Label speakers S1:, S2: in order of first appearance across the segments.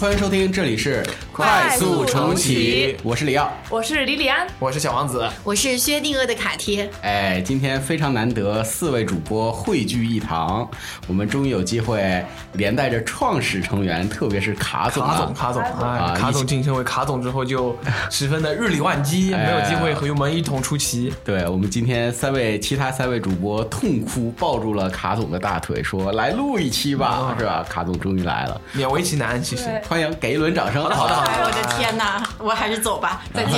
S1: 欢迎收听，这里是
S2: 快速重启
S1: 我是李耀，
S2: 我是李李安，
S3: 我是小王子，
S4: 我是薛定谔的卡贴，
S1: 哎，今天非常难得，四位主播汇聚一堂，我们终于有机会连带着创始成员，特别是卡总、啊，
S3: 卡总，卡总，
S1: 啊一
S3: 哎，卡
S1: 起
S3: 总晋升为卡总之后就十分的日理万机，
S1: 哎
S3: 没有机会和我们一同出奇。
S1: 对我们今天三位其他三位主播痛哭抱住了卡总的大腿，说来录一期
S3: 啊
S1: 吧，是吧？卡总终于来了，
S3: 勉为其难，其实
S2: 对
S1: 欢迎，给一轮掌声。好
S3: 的好
S4: 哎，我的天哪，我还是走吧，再见。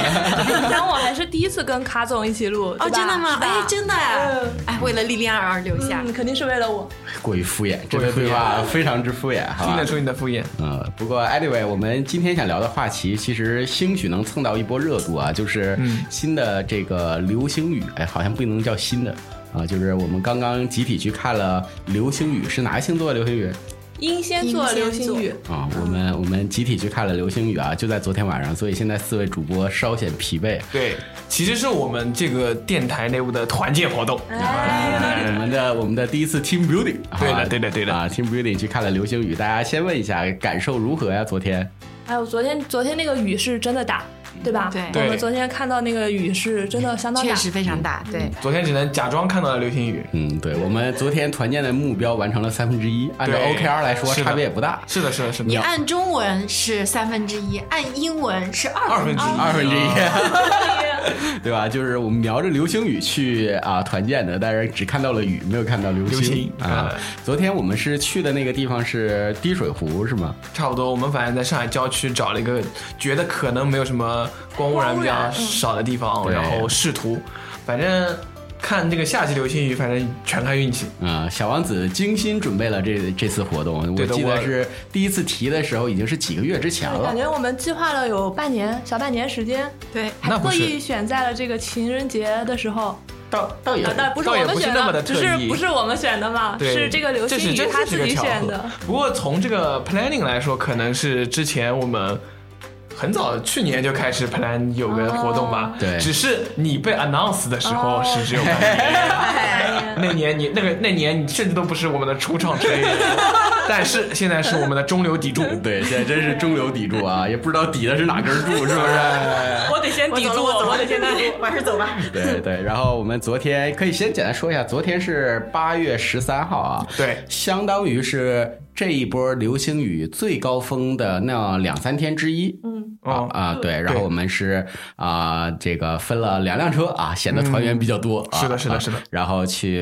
S2: 但我还是第一次跟卡总一起 录，
S4: 哦，
S2: 对吧
S4: 真的吗？
S2: 是
S4: 哎
S2: 吧，
S4: 真的哎，哎，为了莉莉安而留下。
S2: 嗯，肯定是为了我。
S1: 过于哎敷衍，这
S3: 过
S1: 个
S3: 于敷衍
S1: 对话非常之敷衍，好
S3: 听
S1: 吧
S3: 得？出你的敷衍。
S1: 嗯，不过 anyway，我们今天想聊的话题，其实兴许能蹭到一波热度啊，就是
S3: 嗯
S1: 新的这个流星雨，哎，好像不能叫新的啊，就是我们刚刚集体去看了流星雨，是哪个星座的流星雨
S2: 英仙座流星雨，
S1: 啊？我们我们集体去看了流星雨啊，就在昨天晚上，所以现在四位主播稍显疲惫。
S3: 对，其实是我们这个电台内部的团建活动。
S1: 哎我们的我们的第一次 team building，好吧
S3: 对的对的对的
S1: 啊，team building 去看了流星雨，大家先问一下感受如何呀？昨天
S2: 哎，我昨天昨天那个雨是真的大，对吧？
S4: 对
S2: 我
S3: 对
S2: 们昨天看到那个雨是真的相当
S4: 确
S2: 大。
S4: 实非常大，对，
S3: 昨天只能假装看到了流星雨。
S1: 嗯，对我们昨天团建的目标完成了三分之一，按照
S3: 对
S1: OKR 来说
S3: 是的
S1: 差别也不大，
S3: 是的，是的，是
S4: 你
S3: 的。
S4: 按中文是三分之一，按英文是二
S3: 二分之一
S1: 二分之一，
S3: 哦
S1: 对吧？就是我们瞄着流星雨去啊团建的，但是只看到了雨，没有看到流星
S3: 流星
S1: 啊
S3: 哎。
S1: 昨天我们是去的那个地方是滴水湖是吗？
S3: 差不多，我们反正在上海郊区找了一个觉得可能没有什么光污染比较少的地方，
S1: 对
S3: 然后试图，反正看这个夏季流星雨，反正全看运气。
S1: 啊，小王子精心准备了这这次活动，我
S3: 对的
S1: 记得
S3: 我
S1: 是第一次提的时候已经是几个月之前
S2: 对
S1: 了
S2: 感。觉我们计划了有半年，小半年时间，
S4: 对，
S2: 还
S3: 那不
S2: 特
S3: 是
S2: 意选在了这个情人节的时候，
S3: 倒倒也
S2: 啊，但不是
S3: 倒
S2: 我
S3: 也
S2: 们
S3: 不是
S2: 选
S3: 那么
S2: 的，
S3: 的
S2: 只
S3: 特
S2: 是
S3: 意
S2: 不是我们选的嘛，
S3: 对
S2: 是这个流
S3: 这
S2: 星
S3: 是
S2: 雨
S3: 真
S2: 他
S3: 是
S2: 自
S3: 个
S2: 己
S3: 巧
S2: 选
S3: 合
S2: 的。。
S3: 不过从这个 planning 来说，可能是之前我们。很早，去年就开始 plan 有个活动吧
S2: 哦，
S1: 对
S3: 只是你被 announce 的时候
S2: 哦
S3: 是只有半年，
S4: 哎
S3: 那年你那个那年你甚至都不是我们的初创成员， 但是现在是我们的中流砥柱，
S1: 对，现在真是中流砥柱啊，也不知道抵的是哪根柱，是不 是？
S2: 我得先抵住，我得先抵住。
S4: 我还是走吧。
S1: 对对，然后我们昨天可以先简单说一下，昨天是八月十三号啊，
S3: 对，
S1: 相当于是这一波流星雨最高峰的那两三天之一。
S2: 嗯，
S1: 啊
S3: 哦，
S1: 啊对，然后我们是啊、这个分了两辆车啊，显得团员比较多。啊
S3: 是的是的
S1: 啊
S3: 是的
S1: 然后去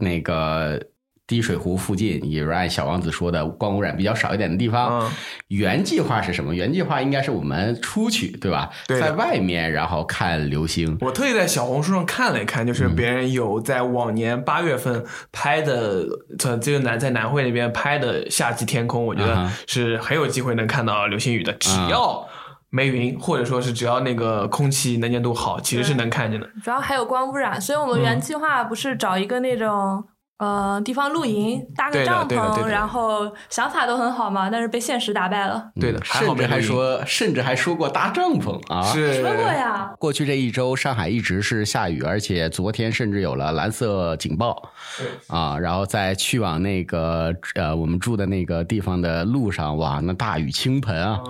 S1: 那个滴水湖附近，也是按小王子说的光污染比较少一点的地方。
S3: 嗯
S1: 原计划是什么？原计划应该是我们出去，对吧？
S3: 对的
S1: 在外面然后看流星。
S3: 我特意在小红书上看了一看，
S1: 嗯
S3: 就是别人有在往年八月份拍的，呃，这个南在南汇那边拍的夏季天空，我觉
S1: 嗯
S3: 得
S1: 哼
S3: 是很有机会能看到流星雨的，只
S1: 嗯
S3: 要没云，或者说是只要那个空气能见度好，其实是能看见的。
S2: 主要还有光污染，所以我们原
S3: 嗯
S2: 计划不是找一个那种、呃地方露营，搭
S3: 对
S2: 个
S3: 的
S2: 帐
S3: 对的对
S2: 篷，
S3: 的
S2: 然后想法都很好嘛，但是被现实打败了。
S3: 对的，还
S1: 嗯
S3: 好
S1: 甚
S3: 没
S1: 至
S3: 有
S1: 还
S3: 云
S1: 说，甚至还说过搭帐篷啊。
S3: 是
S2: 说过呀，
S1: 过去这一周，上海一直是下雨，而且昨天甚至有了蓝色警报
S3: 对
S1: 啊。然后在去往那个呃我们住的那个地方的路上，哇，那大雨倾盆啊，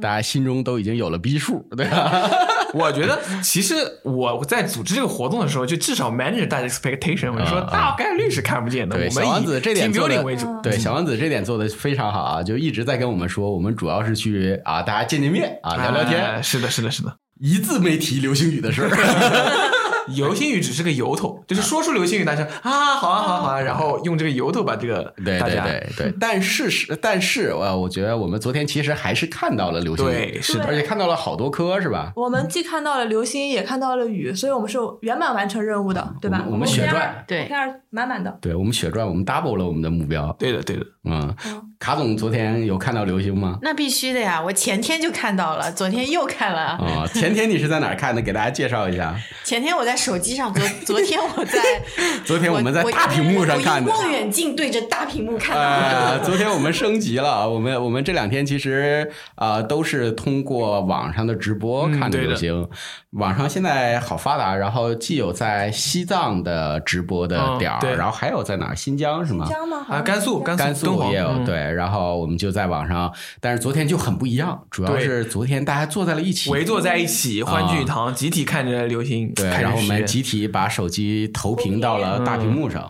S1: 大家心中都已经有了逼数，对
S3: 嗯
S1: 吧？
S3: 我觉得其实我在组织这个活动的时候，就至少 manage 大家 expectation，我就说
S1: 嗯嗯
S3: 大概率是看不见的。
S1: 对，
S3: 我们
S1: 小王
S3: 以
S1: 子这点
S3: team
S1: 做
S3: building
S1: 的
S3: 为主，
S1: 对，小王子这点做的非常好啊，就一直在跟我们说，我们主要是去啊，大家见见面啊，聊聊
S3: 哎
S1: 天，
S3: 是的，是的，是的。
S1: 一字没提流星雨的事儿。
S3: 流星雨只是个由头，就是说出流星雨，大家啊，好啊，好啊，好啊，然后用这个由头把这个
S1: 对
S3: 大
S1: 对
S3: 家
S1: 对对，但是是但是呃，我觉得我们昨天其实还是看到了流星雨，
S3: 对是
S2: 的
S1: 而且看到了好多颗，是吧？
S2: 我们既看到了流星，也看到了雨，所以我们是圆满完成任务的，对吧？
S1: 我们我们血赚，
S4: 对
S2: 片儿满满的。
S1: 对我们血赚，我们 double 了我们的目标。
S3: 对的对的，
S1: 嗯
S2: 嗯，
S1: 卡总昨天有看到流星吗？
S4: 那必须的呀！我前天就看到了，昨天又看了，
S1: 啊、前天你是在哪儿看的？给大家介绍一下。
S4: 前天我在在手机上，昨 昨天我在
S1: 昨 天我们在大屏幕上看的
S4: 我我一望远镜对着大屏幕看的。
S1: 呃，昨天我们升级了，我们我们这两天其实呃都是通过网上的直播看的
S3: 嗯对的
S1: 流行。网上现在好发达，然后既有在西藏的直播的
S3: 嗯
S1: 点儿，
S3: 对
S1: 然后还有在哪儿？新疆是吗？
S2: 江吗？好
S3: 啊，
S2: 像
S3: 甘肃、甘
S1: 甘
S3: 敦
S1: 肃
S3: 煌
S1: 也有、
S3: 嗯
S1: 对，然后我们就在网上，但是昨天就很不一样，主要
S3: 对
S1: 是昨天大家坐在了一起，
S3: 围坐在一起，欢聚一堂，集体看着流星，
S1: 嗯对，
S3: 看着
S1: 然后我们
S3: 实
S1: 集体把手机投屏到了大屏幕上、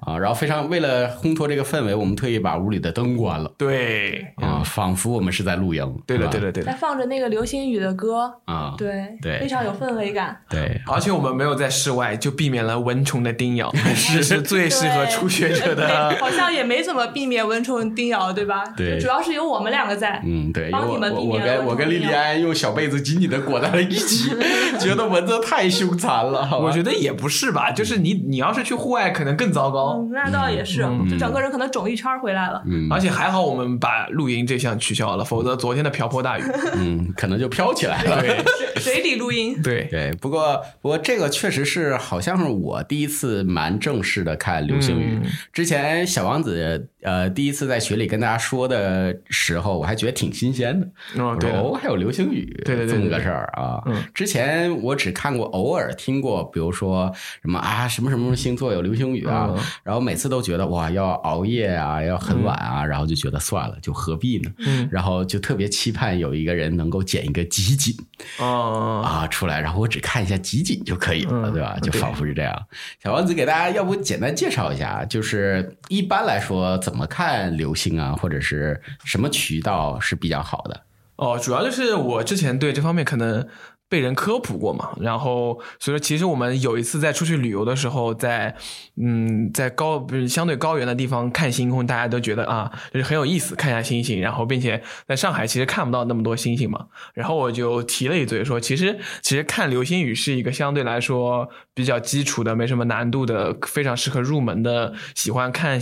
S1: 啊，然后非常为了烘托这个氛围，我们特意把屋里的灯关了
S3: 对，嗯
S1: 啊，仿佛我们是在露营。
S3: 对的，
S1: 是吧
S3: 对的，对
S2: 在
S3: 的。
S2: 放着那个流星雨的歌，
S1: 啊，
S2: 对，
S1: 对
S2: 非常有氛围感。
S1: 对
S3: 而且我们没有在室外，就避免了蚊虫的 叮咬，是是 最适合初学者的。
S2: 好像也没怎么避免蚊虫叮咬，对吧？
S1: 对
S2: 就主要是有我们两个在。
S1: 嗯，对，因为
S2: 帮
S1: 我
S2: 你们
S1: 我
S2: 避
S1: 我
S2: 免了
S1: 跟我
S2: 蚊
S1: 跟
S2: 虫
S1: 莉莉
S2: 叮咬
S1: 安用小被子紧紧的裹在了一 起，觉得蚊子太凶残了。好吧
S3: 我觉得也不是吧，就是你你要是去户外，可能更糟糕。
S2: 嗯，那倒也是，就整个人可能肿一圈儿回来了。
S1: 嗯
S3: 而且还好我们把露营这项取消了，否则昨天的瓢泼大雨。
S1: 嗯，可能就飘起来了。
S3: 对
S2: 水水里录音，
S3: 对，
S1: 对，不过不过这个确实是好像是我第一次蛮正式的看流星
S3: 嗯
S1: 雨。之前小王子呃第一次在群里跟大家说的时候，我还觉得挺新鲜的。
S3: 嗯，
S1: 我
S3: 对
S1: 说
S3: 的，
S1: 哦，还有流星雨，
S3: 对对
S1: 这
S3: 对
S1: 么
S3: 对
S1: 个
S3: 对
S1: 事儿啊。
S3: 嗯
S1: 之前我只看过，偶尔听过，比如说什么啊，什么什么星座有流星雨啊，
S3: 嗯
S1: 然后每次都觉得哇，要熬夜啊，要很晚啊，然后就觉得算了，就何必呢？
S3: 嗯
S1: 然后就特别期盼有一个人能够剪一个集锦
S3: 嗯，
S1: 啊出来，然后我只看一下集锦就可以了，
S3: 嗯
S1: 对吧？
S3: 嗯
S1: 就
S3: 对
S1: 仿佛是这样。小王子给大家，要不简单介绍一下，就是一般来说怎么看流星啊，或者是什么渠道是比较好的？
S3: 哦，主要就是我之前对这方面可能被人科普过嘛，然后所以说其实我们有一次在出去旅游的时候在，嗯在高不是相对高原的地方看星空，大家都觉得啊就是很有意思，看一下星星，然后并且在上海其实看不到那么多星星嘛，然后我就提了一嘴说，其实其实看流星雨是一个相对来说比较基础的、没什么难度的、非常适合入门的，喜欢看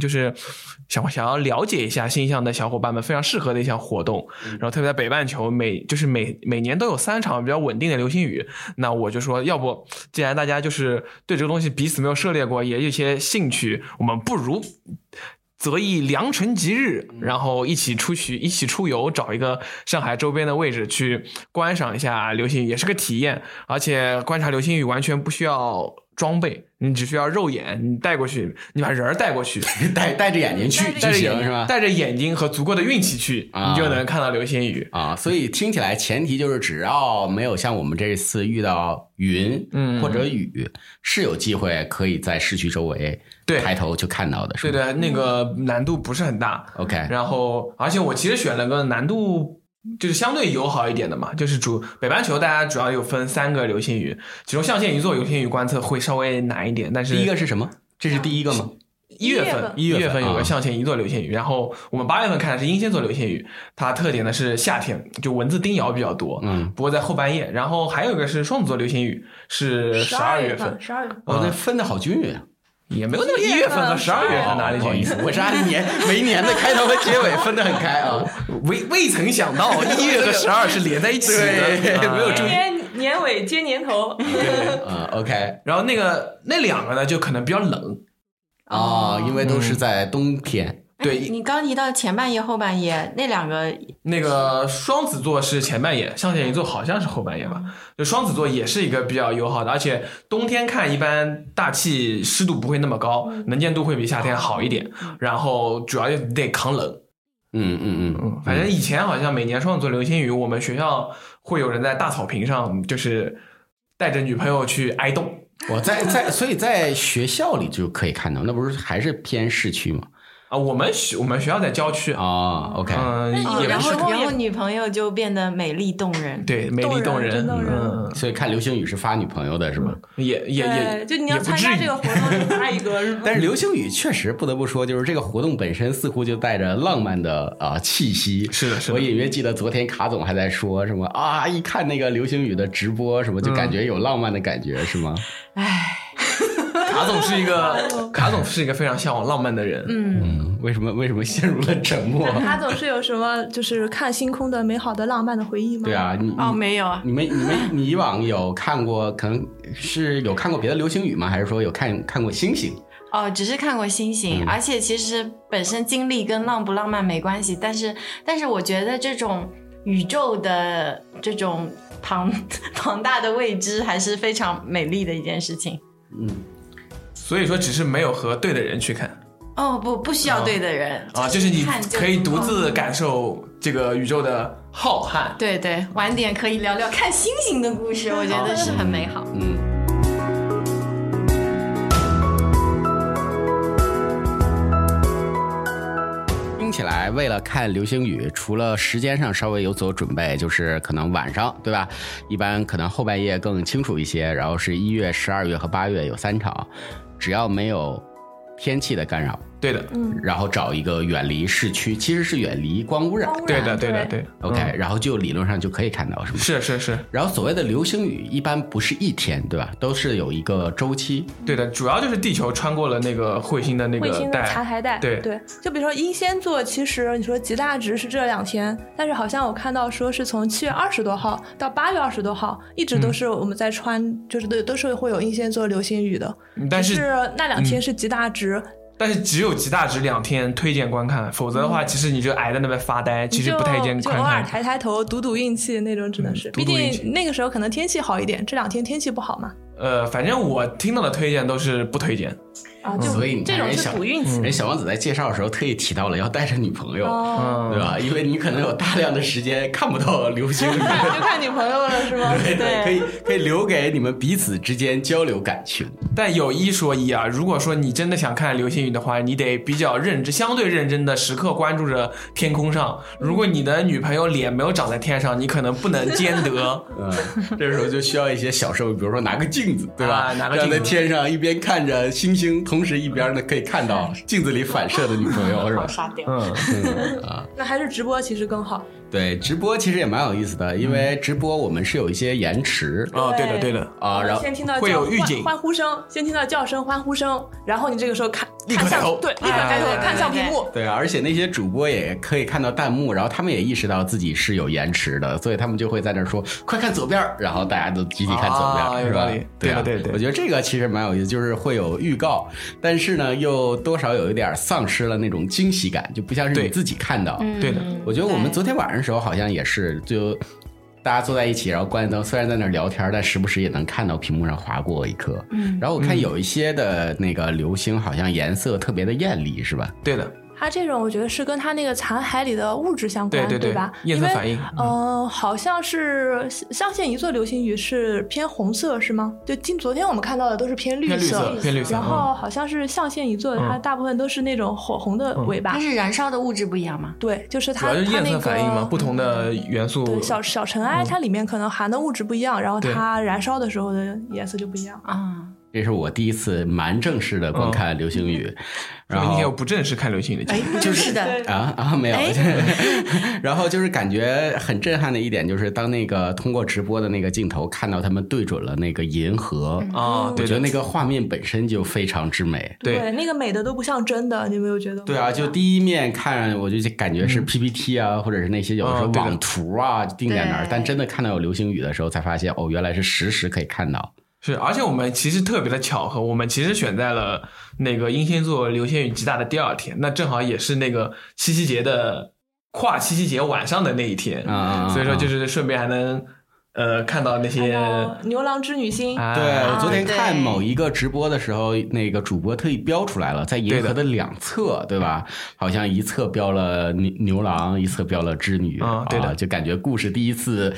S3: 就是想想要了解一下星象的小伙伴们非常适合的一项活动。然后特别在北半球，每就是每每年都有三场比较稳定的流星雨。那我就说，要不既然大家就是对这个东西彼此没有涉猎过，也有一些兴趣，我们不如。择一良辰吉日，然后一起出去，一起出游，找一个上海周边的位置去观赏一下流星雨，也是个体验。而且观察流星雨完全不需要装备，你只需要肉眼，你带过去，你把人儿带过去，
S1: 戴戴着眼睛去
S2: 戴
S1: 就
S3: 戴着
S1: 行
S3: 眼
S1: 是吧？
S3: 戴着眼睛和足够的运气去，
S1: 啊
S3: 你就能看到流星雨。
S1: 啊，所以听起来前提就是，只要没有像我们这次遇到云
S3: 嗯
S1: 或者雨，是有机会可以在市区周围
S3: 对
S1: 抬头就看到的，是
S3: 对
S1: 吧？
S3: 的，那个难度不是很大。
S1: OK，
S3: 然后，而且我其实选了个难度就是相对友好一点的嘛，就是主北半球大家主要有分三个流星雨，其中象限鱼座流星雨观测会稍微难一点，但是呃
S1: 第一个是什么？这是第一个吗？
S3: 一月份，
S1: 一
S3: 一
S1: 月份
S3: 月份有
S1: 啊
S3: 个象限一座流星雨，然后我们八月份看的是英仙座流星雨，它特点呢是夏天，就蚊子叮咬比较多，
S1: 嗯，
S3: 不过在后半夜。然后还有一个是双子座流星雨，是呃十二月份，
S2: 十二月份，
S1: 哦，那分的好均匀啊，哦
S3: 也没有那么一月份和十二月份哪里
S1: 不好
S3: 均
S1: 意
S3: 匀。
S1: 思，我是按年每年的开头和结尾分的很开啊。
S3: 未未曾想到 一月和十二是连在一起的，啊没有注
S2: 今
S3: 意。
S2: 天年尾接年头，
S1: 嗯，OK，
S3: 然后那个那两个呢，就可能比较冷，
S1: 哦，因为都是在冬天，嗯
S4: 哎
S3: 对，
S4: 你刚提到前半夜后半夜那两个，
S3: 那个双子座是前半夜，象限一座好像是后半夜吧。就双子座也是一个比较友好的，而且冬天看一般大气湿度不会那么高，能见度会比夏天好一点。然后主要就得扛冷，
S1: 嗯嗯嗯
S3: 嗯，，反正以前好像每年双子座流星雨，我们学校会有人在大草坪上，就是带着女朋友去挨冻。
S1: 我在在，所以在学校里就可以看到，那不是还是偏市区吗？
S3: 啊，我们学我们学校在郊区，啊
S1: 哦，OK，
S3: 嗯，
S2: 那
S3: 也
S2: 有
S4: 然
S3: 不
S4: 后
S3: 是
S2: 时候
S4: 然
S2: 也
S4: 后女朋友就变得美丽动人。
S3: 对美丽动人，
S2: 动人真动人
S3: 嗯，
S1: 所以看流星雨是发女朋友的是吧？
S3: 也也也
S2: 对，呃就你要
S3: 也不
S2: 参加
S3: 至于
S2: 这个活动，就发一 个，
S1: 但是流星雨确实不得不说，就是这个活动本身似乎就带着浪漫的啊、气息。
S3: 是的是的
S1: 我隐约记得昨天卡总还在说什么啊，一看嗯那个流星雨的直播什么，就感觉有浪漫的感觉，是吗？
S4: 唉，
S1: 卡
S3: 卡总是 一个卡总是一个非常向往浪漫的人，
S2: 嗯，
S1: 嗯，为什么为什么陷入了沉默？
S2: 他总是有什么就是看星空的美好的浪漫的回忆吗？
S1: 对啊，你
S4: 哦，
S1: 你
S4: 没有啊，
S1: 你们你们你以往有看过，可能是有看过别的流星雨吗？还是说有看看过星星？
S4: 哦，只是看过星星，
S1: 嗯
S4: 而且其实本身经历跟浪不浪漫没关系，但是但是我觉得这种宇宙的这种庞 庞大的未知还是非常美丽的一件事情。
S1: 嗯，
S3: 所以说只是没有和对的人去看
S4: 哦，不不需要对的人
S3: 啊，就是你
S4: 看就
S3: 可以
S4: 能
S3: 独
S2: 嗯
S4: 够
S3: 自感受这个宇宙的浩瀚。
S4: 对对，晚点可以聊聊看星星的故事，我觉得是很美好。
S1: 嗯，听起来，为了看流星雨，除了时间上稍微有所准备，就是可能晚上，对吧？一般可能后半夜更清楚一些。然后是一月、十二月和八月有三场，只要没有天气的干扰，
S3: 对的，
S2: 嗯
S1: 然后找一个远离市区，其实是远离光污染
S2: 光污
S3: 对
S2: 染
S3: 的，对的，
S2: 对
S3: 对。
S1: OK，、
S3: 嗯
S1: 然后就理论上就可以看到，是吗？
S3: 是是是，
S1: 然后所谓的流星雨一般不是一天，对吧？都是有一个周期。
S3: 对的，主要就是地球穿过了那个彗星的那
S2: 卫
S3: 个
S2: 星的残
S3: 带，
S2: 骸带，
S3: 对
S2: 就比如说英仙座，其实你说极大值是这两天，但是好像我看到说是从七月二十多号到八月二十多号，一直
S3: 嗯
S2: 都是我们在穿，就是都都是会有英仙座流星雨的，
S3: 但
S2: 只
S3: 是嗯
S2: 那两天是极大值，
S3: 但是只有极大值两天推荐观看，否则的话，其实你就挨在那边发呆，
S2: 你
S3: 其实
S2: 嗯就
S3: 不太建议
S2: 就
S3: 观
S2: 偶尔
S3: 看。
S2: 抬抬头赌赌运气那种，只能是，
S3: 嗯赌赌
S2: 毕
S3: 运气
S2: 竟那个时候可能天气好一点，这两天天气不好嘛，
S3: 呃，反正我听到的推荐都是不推荐。
S2: 啊，
S3: 嗯
S2: 就
S1: 所以你看
S4: 这种
S1: 人
S4: 是
S1: 小
S4: 赌运气。
S1: 人小王子在介绍的时候特意提到了要带着女朋友，
S2: 哦，
S3: 嗯，
S1: 对吧？因为你可能有大量的时间看不到流星雨，
S2: 就看女朋友了是吗？
S1: 对
S4: 对
S1: 可以可以留给你们彼此之间交流感情。
S3: 但有一说一啊，如果说你真的想看流星雨的话，你得比较认真，相对认真的时刻关注着天空上。如果你的女朋友脸没有长在天上，你可能不能兼 得。
S1: 嗯，这时候就需要一些小设备，比如说拿个镜子，对吧？
S3: 啊拿个
S1: 这样在
S3: 镜子
S1: 天上一边看着星星，同时一边呢可以看到镜子里反射的女朋友，是吧
S4: 好？沙雕，
S3: 嗯，
S2: 那还是直播其实更好，
S1: 对，直播其实也蛮有意思的，因为直播我们是有一些延迟
S3: 哦，对
S2: 对
S3: 的，对的，
S1: 啊，然后
S2: 呃先听到
S3: 会
S2: 叫
S3: 有预
S2: 唤
S3: 警
S2: 欢呼声，先听到叫声、欢呼声，然后你这个时候看
S3: 立刻
S2: 看
S3: 抬头
S2: 向对，立刻
S3: 哎
S2: 抬头
S3: 对
S2: 看向
S4: 对
S2: 屏幕，
S1: 对啊，而且那些主播也可以看到弹幕，然后他们也意识到自己是有延迟的，所以他们就会在那儿说“快看左边儿”，然后大家都集体看左边儿，
S3: 啊
S1: 是吧
S3: 有道理？
S1: 啊
S3: 对的对的
S1: 我觉得这个其实蛮有意思，就是会有预告，但是呢，又多少有一点丧失了那种惊喜感，就不像是你
S3: 对
S1: 自己看到。
S4: 嗯
S3: 对的
S1: 我觉得我们昨天晚上的时候好像也是，就大家坐在一起，然后关灯，虽然在那儿聊天，但时不时也能看到屏幕上划过一颗。
S4: 嗯
S1: 然后我看有一些的那个流星好像颜色特别的艳丽，是吧？
S3: 对的，
S2: 它这种我觉得是跟它那个残骸里的物质相
S3: 对
S2: 关，
S3: 对
S2: 吧？
S3: 焰
S2: 因
S3: 色
S2: 为
S3: 反应。
S2: 呃，好像是上线一座流星雨是偏红色是吗？就今昨天我们看到的都是偏绿
S3: 偏绿色，偏绿色。嗯
S2: 然后好像是象限一座，它大部分都是那种火红的尾巴
S4: 它，是燃烧的物质不一样吗？
S2: 对，就是
S3: 嗯主
S2: 它
S3: 要就是
S2: 它
S3: 焰
S2: 那
S3: 色
S2: 个
S3: 反应嘛，不同的元素。
S2: 对小小尘埃，它里面可能含的物质不一样，然后
S3: 对
S2: 它燃烧的时候的颜色就不一样。
S4: 啊，
S1: 这是我第一次蛮正式的观看流星雨，然
S3: 明天我
S1: 后
S3: 不正式看流星雨的
S4: 哎
S3: 节目，，
S4: 就是的，
S2: 对
S1: 啊啊没有， 然后就是感觉很震撼的一点就是，当那个通过直播的那个镜头看到他们对准了那个银河，
S3: 啊，
S1: 我
S3: 对
S1: 觉得
S3: 的，
S1: 那个画面本身就非常之美。
S3: 对
S2: 那个美的都不像真的，你有没有觉得？
S1: 对啊，就第一面看我就感觉是 PPT 啊，或者是那些有的时候
S3: 啊对的
S1: 网图啊定在那儿
S4: 对，
S1: 但真的看到有流星雨的时候，才发现哦，原来是实时可以看到。
S3: 是，而且我们其实特别的巧合，我们其实选在了那个英仙座流星雨极大的第二天，那正好也是那个七夕节的跨七夕节晚上的那一天，
S1: 啊
S3: 所以说就是顺便还能呃看到那些
S2: 还有牛郎织女星，
S3: 啊
S1: 对，我昨天
S4: 对
S1: 看某一个直播的时候，那个主播特意标出来了，在银河的两侧，对吧？好像一侧标了牛牛郎，一侧标了织女
S3: 啊对的
S1: 就感觉故事第一次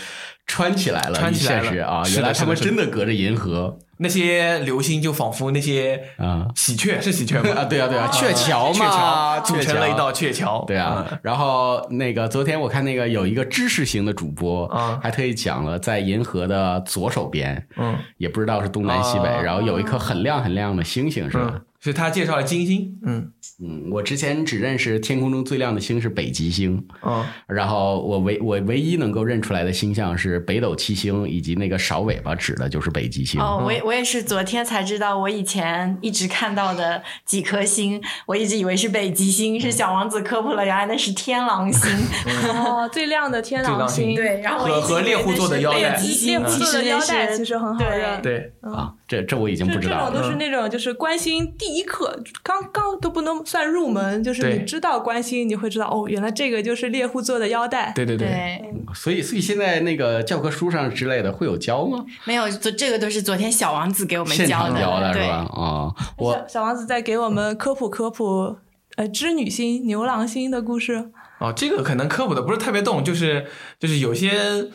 S1: 穿起来了，
S3: 穿起来了
S1: 与现实啊，
S3: 是的
S1: 原来他们
S3: 是的
S1: 真的隔着银河
S3: 那些流星就仿佛那些
S1: 啊
S3: 喜鹊是喜鹊
S1: 啊，
S3: 吗？
S1: 对啊对啊，鹊桥
S3: 鹊
S1: 嘛，
S3: 桥组成了一道鹊桥，
S1: 对啊，然后那个昨天我看那个有一个知识型的主播，
S3: 啊
S1: 还特意讲了在银河的左手边，
S3: 嗯，嗯
S1: 也不知道是东南西北，
S3: 啊
S1: 然后有一颗很亮很亮的星星，是吧？
S3: 嗯所以他介绍了金星，嗯，
S1: 嗯，我之前只认识天空中最亮的星是北极星，
S3: 哦，
S1: 然后我唯我唯一能够认出来的星象是北斗七星，以及那个勺尾巴指的就是北极星。
S4: 哦，我也我也是昨天才知道，我以前一直看到的几颗星，我一直以为是北极星，是小王子科普了，原来那是天狼星。
S2: 哦，最亮的天狼星，哎
S4: 对，然后我
S3: 和和
S4: 一直以为
S3: 猎
S4: 那
S3: 户座
S4: 是
S3: 的腰
S4: 北
S3: 带
S4: 极星
S2: 猎户
S4: 其
S2: 座
S4: 实
S2: 的
S4: 那
S2: 腰带
S4: 是
S2: 其实很好
S4: 对
S2: 认，
S3: 对，
S1: 啊，这这我已经
S2: 就
S1: 不
S2: 是
S1: 知
S2: 这
S1: 道
S2: 种
S1: 了。
S2: 都
S3: 嗯
S2: 是那种就是关心第一课，刚刚都不能算入门，就是
S3: 对
S2: 你知道关心，你会知道哦，原来这个就是猎户座的腰带。
S3: 对对对，
S4: 对，
S1: 所以所以现在那个教科书上之类的会有教吗？
S4: 没有，这这个都是昨天小王子给我们
S1: 现
S4: 教
S1: 场教
S4: 的
S1: 的是
S4: 对
S1: 吧？啊，我
S2: 小小王子在给我
S3: 嗯
S2: 们科普科普，呃，织女星、牛郎星的故事。
S3: 哦，这个可能科普的不是特别动，就是就是有些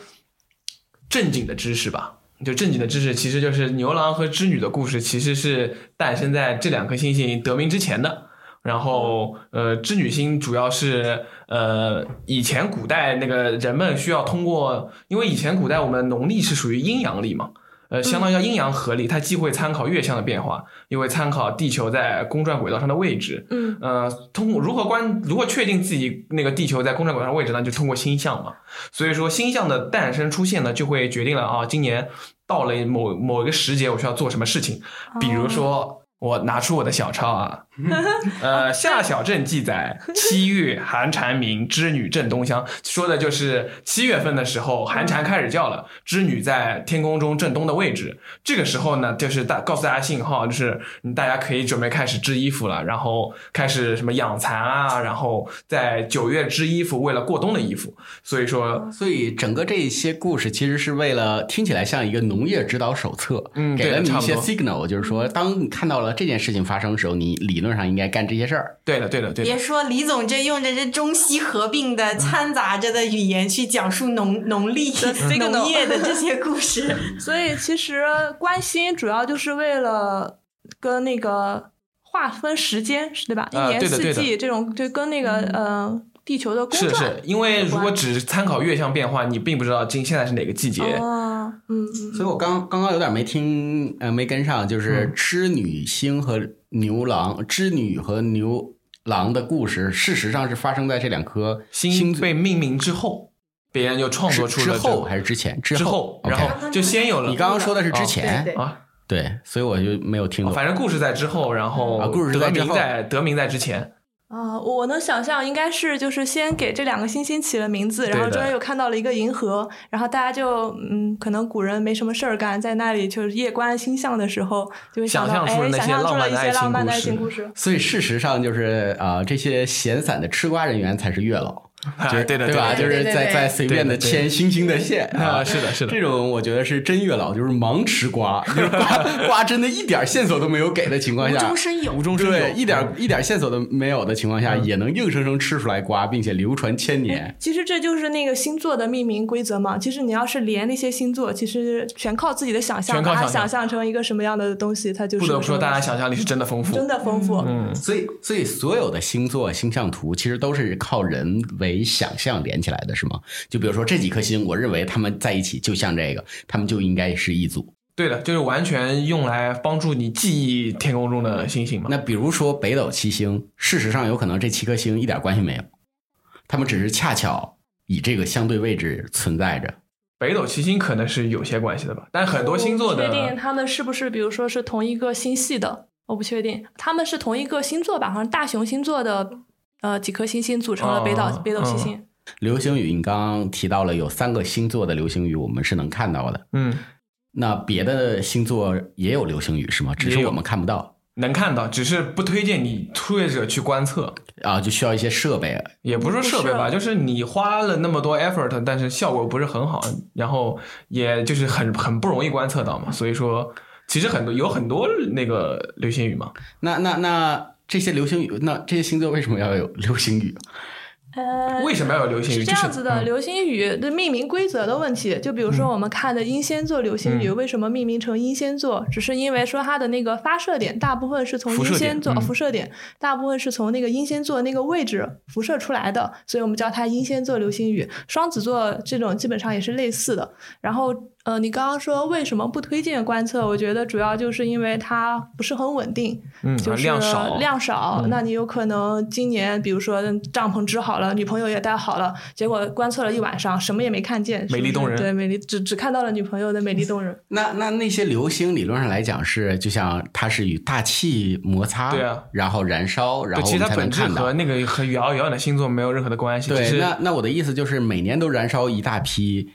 S3: 正经的知识吧。就正经的知识，其实就是牛郎和织女的故事，其实是诞生在这两颗星星得名之前的。然后，呃，织女星主要是呃，以前古代那个人们需要通过，因为以前古代我们农历是属于阴阳历嘛，呃，相当于叫阴阳合历，它既会参考月相的变化，又会参考地球在公转轨道上的位置，
S2: 嗯，
S3: 呃，通过如何关如何确定自己那个地球在公转轨道上的位置呢？就通过星象嘛。所以说星象的诞生出现呢，就会决定了啊，今年到了某某一个时节，我需要做什么事情。比如说，我拿出我的小抄啊，呃，《夏小镇》记载，七月寒蝉鸣，织女正东乡，说的就是七月份的时候，寒蝉开始叫了，织女在天空中正东的位置。这个时候呢，就是大告诉大家信号，就是嗯大家可以准备开始织衣服了，然后开始什么养蚕啊，然后在九月织衣服，为了过冬的衣服。所以
S2: 哦
S3: 说，
S1: 所以整个这些故事其实是为了听起来像一个农业指导手册，
S3: 嗯
S1: 给了
S3: 对
S1: 你一些
S3: 差
S1: signal，就是说当你看到了这件事情发生的时候，你理论上应该干这些事儿。
S3: 对的，对的，对的
S4: 别。说李总这用着这中西合并的掺杂着的语言去讲述农 农历、
S2: signal
S4: 农业的这些故事，
S2: 所以其实关心主要就是为了跟那个划分时间，是对吧？一
S3: 啊
S2: 年
S3: 对的
S2: 四
S3: 对的嗯
S2: 季这种，就跟那个呃地球的公
S3: 是
S2: 转。
S3: 是，因为如果只参考月相变化，你并不知道今现在是哪个季节。
S2: 哦，嗯，嗯
S1: 所以我刚刚刚有点没听，呃，没跟上，
S3: 嗯
S1: 就是织女星和牛郎，织女和牛郎的故事，事实上是发生在这两颗
S3: 星
S1: 最
S3: 被命名之后，别人就创
S1: 之
S3: 作出
S1: 之
S3: 了这
S1: 后还是之前？之
S3: 之
S1: 后
S3: 后，，
S1: OK
S3: 然后就先有了
S1: 你刚刚说的是之前，
S4: 哦对对
S3: 啊，
S1: 对，所以我就没有听懂。
S3: 哦反正故事在之后，然后
S1: 啊故事是在
S3: 得
S1: 之
S3: 名
S1: 后
S3: 在得名在之前，
S2: 啊、我我能想象，应该是就是先给这两个星星起了名字，然
S3: 对
S2: 后
S3: 的
S2: 中间有看到了一个银河，然后大家就嗯，可能古人没什么事儿干，在那里就是夜观星象的时候，就会
S3: 想
S2: 到
S3: 象出
S2: 哎，
S3: 了那
S2: 想
S3: 些
S2: 象出
S3: 浪
S2: 了
S3: 漫
S2: 一
S3: 的
S2: 些浪漫的
S3: 爱
S2: 爱
S3: 情
S2: 情
S3: 故
S2: 故事。
S1: 所以事实上就是啊、这些闲散的吃瓜人员才是月老，
S3: 啊
S1: 就是
S3: 对的
S1: 对吧？
S4: 对
S1: 就
S4: 的
S1: 是
S4: 对对
S1: 在
S4: 对
S1: 在随便的
S3: 对的对
S1: 牵星星的线
S3: 啊，
S1: 啊。
S3: 是的，是的
S1: 这，种我觉得是真月老，就是盲吃瓜，就是瓜瓜真的一点线索都没有给的情况
S4: 无
S1: 哦下
S4: 中，生有
S3: 无。中生
S1: 对
S3: 有，
S1: 一点一点线索都没有的情况下，也能硬生生吃出来瓜，并且流传千年。
S2: 其实这就是那个星座的命名规则嘛。其实你要是连那些星座，其实全靠自己的想象，
S3: 全靠
S2: 把它
S3: 想象
S2: 想象成一个什么样的东西，它就是
S3: 不得不
S2: 个什
S3: 说，
S2: 么
S3: 大家
S2: 样
S3: 想象力是真的丰
S2: 真
S3: 富。
S2: 的丰富。
S3: 嗯，
S1: 所以，所以所有的星座星象图其实都是靠人为想象连起来的，是吗？就比如说这几颗星，我认为它们在一起就像这个，它们就应该是一组。
S3: 对的，就是完全用来帮助你记忆天空中的星星嘛。
S1: 那比如说北斗七星，事实上有可能这七颗星一点关系没有，它们只是恰巧以这个相对位置存在着。
S3: 北斗七星可能是有些关系的吧，但很多星座
S2: 我不确定
S3: 的
S2: 他们是不是，比如说是同一个星系的，我不确定他们是同一个星座吧？好像大熊星座的呃几颗星星组成了北斗、
S3: 哦
S2: 北斗七星。
S1: 流星雨，你刚刚提到了有三个星座的流星雨，我们是能看到的。
S3: 嗯，
S1: 那别的星座也有流星雨是吗？只是
S3: 也有
S1: 我们看不到
S3: 能看到，只是不推荐你初学者去观测，
S1: 啊，就需要一些设备。
S3: 也不是设备吧，就是你花了那么多 effort，但是效果不是很好，然后也就是很很不容易观测到嘛，所以说其实很多有很多那个流星雨嘛，
S1: 那那那这些流星雨，那这些星座为什么要有流星雨？
S2: 呃，
S3: 为什么要有流星雨？
S2: 是这
S3: 就
S2: 样子的，
S3: 嗯
S2: 流星雨的命名规则的问题，就比如说我们看的英仙座流星
S3: 嗯
S2: 雨，为什么命名成英仙座？只是因为说它的那个发射点大部分是从
S3: 辐
S2: 英
S3: 射点
S2: 仙座
S3: 嗯
S2: 哦辐射点，大部分是从那个英仙座那个位置辐射出来的，所以我们叫它英仙座流星雨。双子座这种基本上也是类似的。然后呃，你刚刚说为什么不推荐观测？我觉得主要就是因为它不是很稳定，
S3: 嗯，啊
S2: 就是
S3: 量少，
S2: 量少
S3: 嗯
S2: 那你有可能今年比如说帐篷支好了，女朋友也带好了，结果观测了一晚上，什么也没看见，是不
S3: 美丽
S2: 是
S3: 动人
S2: 对，美丽只只看到了女朋友的美丽动人。
S1: 那那那些流星理论上来讲是，就像它是与大气摩擦，
S3: 对啊
S1: 然后燃烧，然
S3: 对，
S1: 后
S3: 其
S1: 我
S3: 实
S1: 们
S3: 它
S1: 才能
S3: 本质
S1: 看
S3: 和
S1: 到。
S3: 那个和遥遥远的星座没有任何的关系，只
S1: 对，
S3: 是
S1: 那那我的意思就是，每年都燃烧一大批，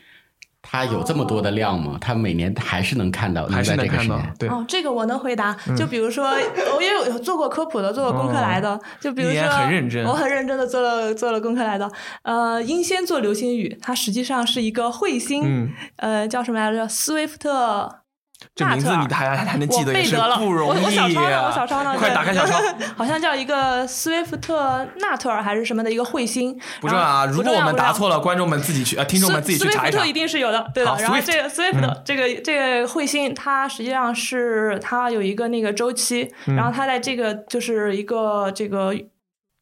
S1: 它有这么多的量吗？它每年还是能看到，
S3: 还是
S1: 在
S3: 能
S1: 这个时
S3: 看到
S1: 间。。
S3: 对，嗯
S2: 哦，这个我能回答。就比如说，我也有有做过科普的，做过功课来的。就比如
S3: 哦你
S2: 说，
S3: 也很认真
S2: 我很认真的做了做了功课来的。呃，英仙座流星雨，它实际上是一个彗星，
S3: 嗯，
S2: 呃，叫什么来着？斯威夫特。
S3: 这名字你还还能记
S2: 我
S3: 得也
S2: 背
S3: 是
S2: 得了，
S3: 不容易、
S2: 我
S3: 啊、
S2: 我小抄呢，我小抄呢。
S3: 快
S2: 对
S3: 打开小抄。
S2: 好像叫一个斯威夫特纳特尔还是什么的一个彗星。
S3: 不重要啊，
S2: 然后
S3: 如
S2: 不
S3: 果
S2: 重
S3: 我
S2: 要
S3: 们
S2: 不重
S3: 答
S2: 要
S3: 错了，观众们自己去啊，听众们自己去查一
S2: 斯威夫
S3: 查
S2: 特。一定是有的，对
S3: 好
S2: 的。然后
S3: Swift
S2: 这个 Swift 的这
S3: 嗯
S2: 个这个彗星，它实际上是它有一个那个周期，
S3: 嗯
S2: 然后它在这个就是一个这个。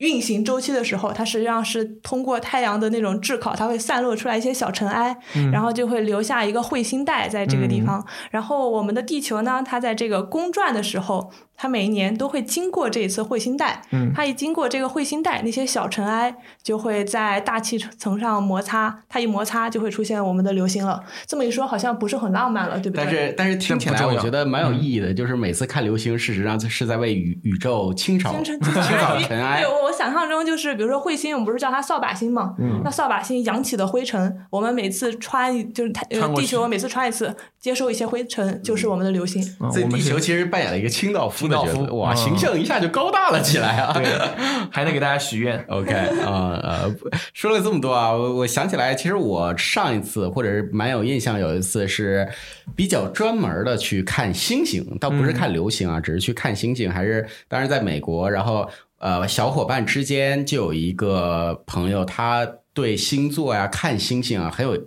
S2: 运行周期的时候，它实际上是通过太阳的那种炙烤，它会散落出来一些小尘埃，
S3: 嗯
S2: 然后就会留下一个彗星带在这个地方。然后我们的地球呢，它在这个公转的时候，它每一年都会经过这一次彗星带。
S3: 嗯
S2: 它一经过这个彗星带，那些小尘埃就会在大气层上摩擦，它一摩擦就会出现我们的流星了。这么一说，好像不是很浪漫了，对不对？
S1: 但是但是听起来
S3: 这不重
S1: 我嗯
S3: 要
S1: 觉得蛮有意义的，就是每次看流星，事实上是在为宇宇宙清扫
S2: 清晨
S1: 清扫尘埃
S2: 对，。我我想象中就是，比如说彗星，我们不是叫它扫把星嘛？
S1: 嗯
S2: 那扫把星扬起的灰尘，我们每次穿一就是它呃
S3: 穿过
S2: 地
S3: 去
S2: 球，每次穿一次，接收一些灰尘，就是我们的流星。
S3: 嗯
S1: 这
S3: 我
S1: 地
S3: 们
S1: 球
S3: 是
S1: 其实扮演了一个清道夫的角
S3: 清道
S1: 色，
S3: 夫
S1: 哇，
S3: 嗯
S1: 形象一下就高大了起来啊！
S3: 对，还能给大家许愿。
S1: OK 啊、呃，不说了这么多啊，我我想起来，其实我上一次或者是蛮有印象，有一次是比较专门的去看星星，倒不是看流星啊，只是去看星星，还是当然在美国，然后呃，小伙伴之间就有一个朋友，他对星座呀、看星星啊很有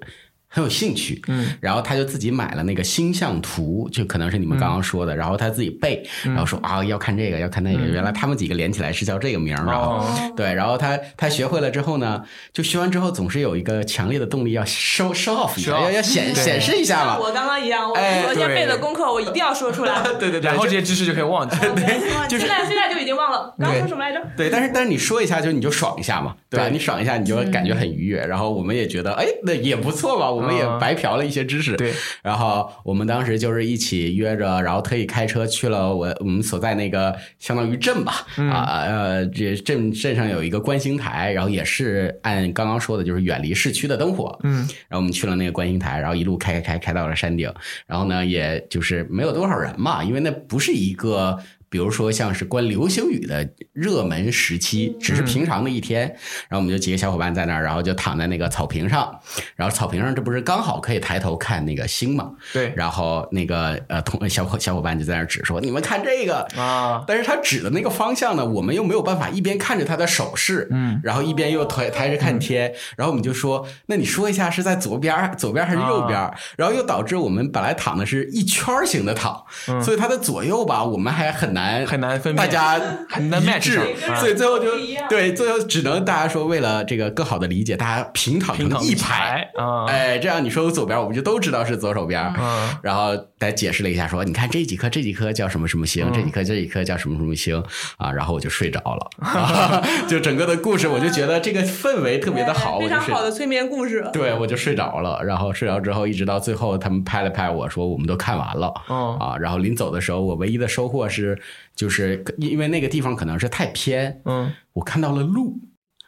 S1: 很有兴趣，
S3: 嗯，
S1: 然后他就自己买了那个星象图，就可能是你们刚刚说
S3: 嗯
S1: 的，然后他自己背，然后说啊要看这个要看那个，原来他们几个连起来是叫这个名儿，然后。
S3: 哦，
S1: 对，然后他他学会了之后呢，就学完之后总是有一个强烈的动力要 show show off 一下，
S3: Show off 嗯
S1: 要要显
S3: 对
S1: 显示一下
S2: 像
S1: 嘛。
S2: 我刚刚一样，我
S1: 哎
S2: 昨天
S3: 对
S2: 背的功课我一定要说 出来。
S1: 对对对，
S3: 然后
S1: 就
S3: 这些知识就可以 忘记。对，
S2: 现在现在就已经忘了，刚刚说什么来着？
S1: 对，但是但是你说一下，就你就爽一下嘛，对吧？
S3: 对
S1: 你爽一下，你就感觉很愉悦，然后我们也觉得，哎，那也不错嘛，我们也
S3: 嗯
S1: 白嫖了一些知识。
S3: 对，
S1: 然后我们当时就是一起约着，然后特意开车去了我我们所在那个相当于镇吧，
S3: 嗯
S1: 啊呃，这镇镇上有一个观星台，然后也是按刚刚说的，就是远离市区的灯火，
S3: 嗯，
S1: 然后我们去了那个观星台，然后一路开开开开到了山顶，然后呢，也就是没有多少人嘛，因为那不是一个。比如说，像是观流星雨的热门时期，只是平常的一天，然后我们就几个小伙伴在那儿，然后就躺在那个草坪上，然后草坪上这不是刚好可以抬头看那个星嘛，
S3: 对
S1: 然后那个呃同小伙小伙伴就在那儿指说：“你们看这个。”
S3: 啊，
S1: 但是他指的那个方向呢，我们又没有办法一边看着他的手势，
S3: 嗯，
S1: 然后一边又抬抬着看天，然后我们就说：“那你说一下是在左边儿、左边儿还是右边儿？”
S3: 啊
S1: 然后又导致我们本来躺的是一圈儿型的躺，
S3: 嗯
S1: 所以它的左右吧，我们还很难
S3: 很难分辨。
S1: 大家
S3: 很难
S1: 一
S3: match
S1: 致
S3: 上啊
S1: 所以最后就
S2: 不一样
S1: 对，最后只能大家说为了这个更好的理解，大家平躺
S3: 平
S1: 成
S3: 躺
S1: 一排。
S3: 啊，
S1: 哎，这样你说左边，我们就都知道是左手边儿。
S3: 嗯
S1: 然后再解释了一下，说你看这几颗这几颗叫什么什么星，
S3: 嗯
S1: 这几颗这几颗叫什么什么星啊，然后我就睡着了， 啊、就整个的故事，我就觉得这个氛围特别的好，
S2: 非
S1: 我就
S2: 常
S1: 睡
S2: 好。的催眠故事。
S1: 对，我就睡着了，然后睡着之后，一直到最后，他们拍了拍我说我们都看完了
S3: 嗯
S1: 啊。然后临走的时候，我唯一的收获是，就是因为那个地方可能是太偏，
S3: 嗯，
S1: 我看到了鹿，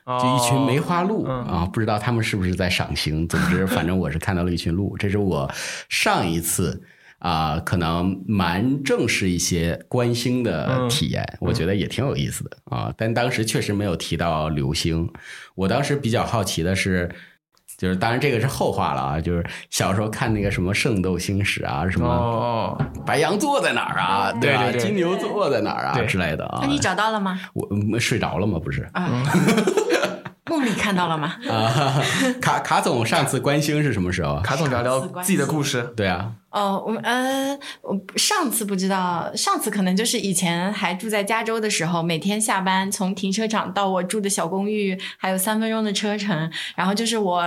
S3: 哦
S1: 就一群梅花鹿、
S3: 嗯
S1: 啊，不知道他们是不是在赏星。总 之，反正我是看到了一群鹿，这是我上一次啊、可能蛮正式一些观星的体验，
S3: 嗯
S1: 我觉得也挺有意思的啊。但当时确实没有提到流星，我当时比较好奇的是。就是，当然这个是后话了啊。就是小时候看那个什么《圣斗星矢》啊，什么
S3: 哦，
S1: 白羊座在哪儿啊，对吧？
S3: 对对对
S1: 金牛座在哪儿啊
S3: 对
S1: 之类的啊
S4: 那。你找到了吗？
S1: 我嗯睡着了吗？不是，
S4: 啊， 梦里看到了吗？
S1: 啊， 卡卡总上次观星是什么时候？啊
S3: 卡总聊聊
S4: 死关
S3: 自己的故事。
S1: 对啊，
S4: 哦，我们呃，我上次不知道，上次可能就是以前还住在加州的时候，每天下班从停车场到我住的小公寓还有三分钟的车程，然后就是我。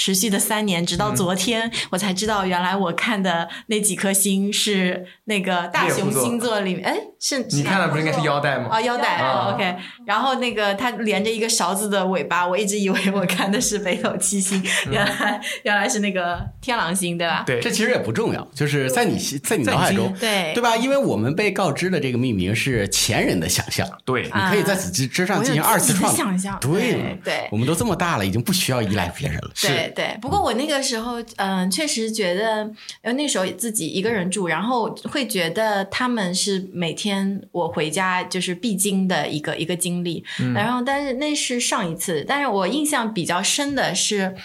S4: 持续的三年，直到昨天、我才知道，原来我看的那几颗星是那个大
S3: 猎户
S4: 熊
S3: 座
S4: 星座里面，哎，是
S3: 你看的不是应该是腰带吗？
S4: 啊，腰带、
S3: 啊
S4: 哦、，OK。然后那个它连着一个勺子的尾巴，我一直以为我看的是北斗七星，原来原来是那个天狼星，对吧？
S3: 对
S1: 这，其实也不重要，就是在你心在你
S3: 在你
S1: 脑海中
S3: 心，
S4: 对
S1: 对吧？因为我们被告知的这个命名是前人的想象，
S3: 对
S1: 你可以在此之之
S3: 啊
S1: 上进行二次创
S4: 我有自己的想象
S1: 造。对
S4: 对对
S1: 我们都这么大了，已经不需要依赖别人了。
S4: 对对，不过我那个时候，嗯、确实觉得，呃，那时候自己一个人住，然后会觉得他们是每天我回家就是必经的一个一个经历。然后，但是那是上一次，但是我印象比较深的是，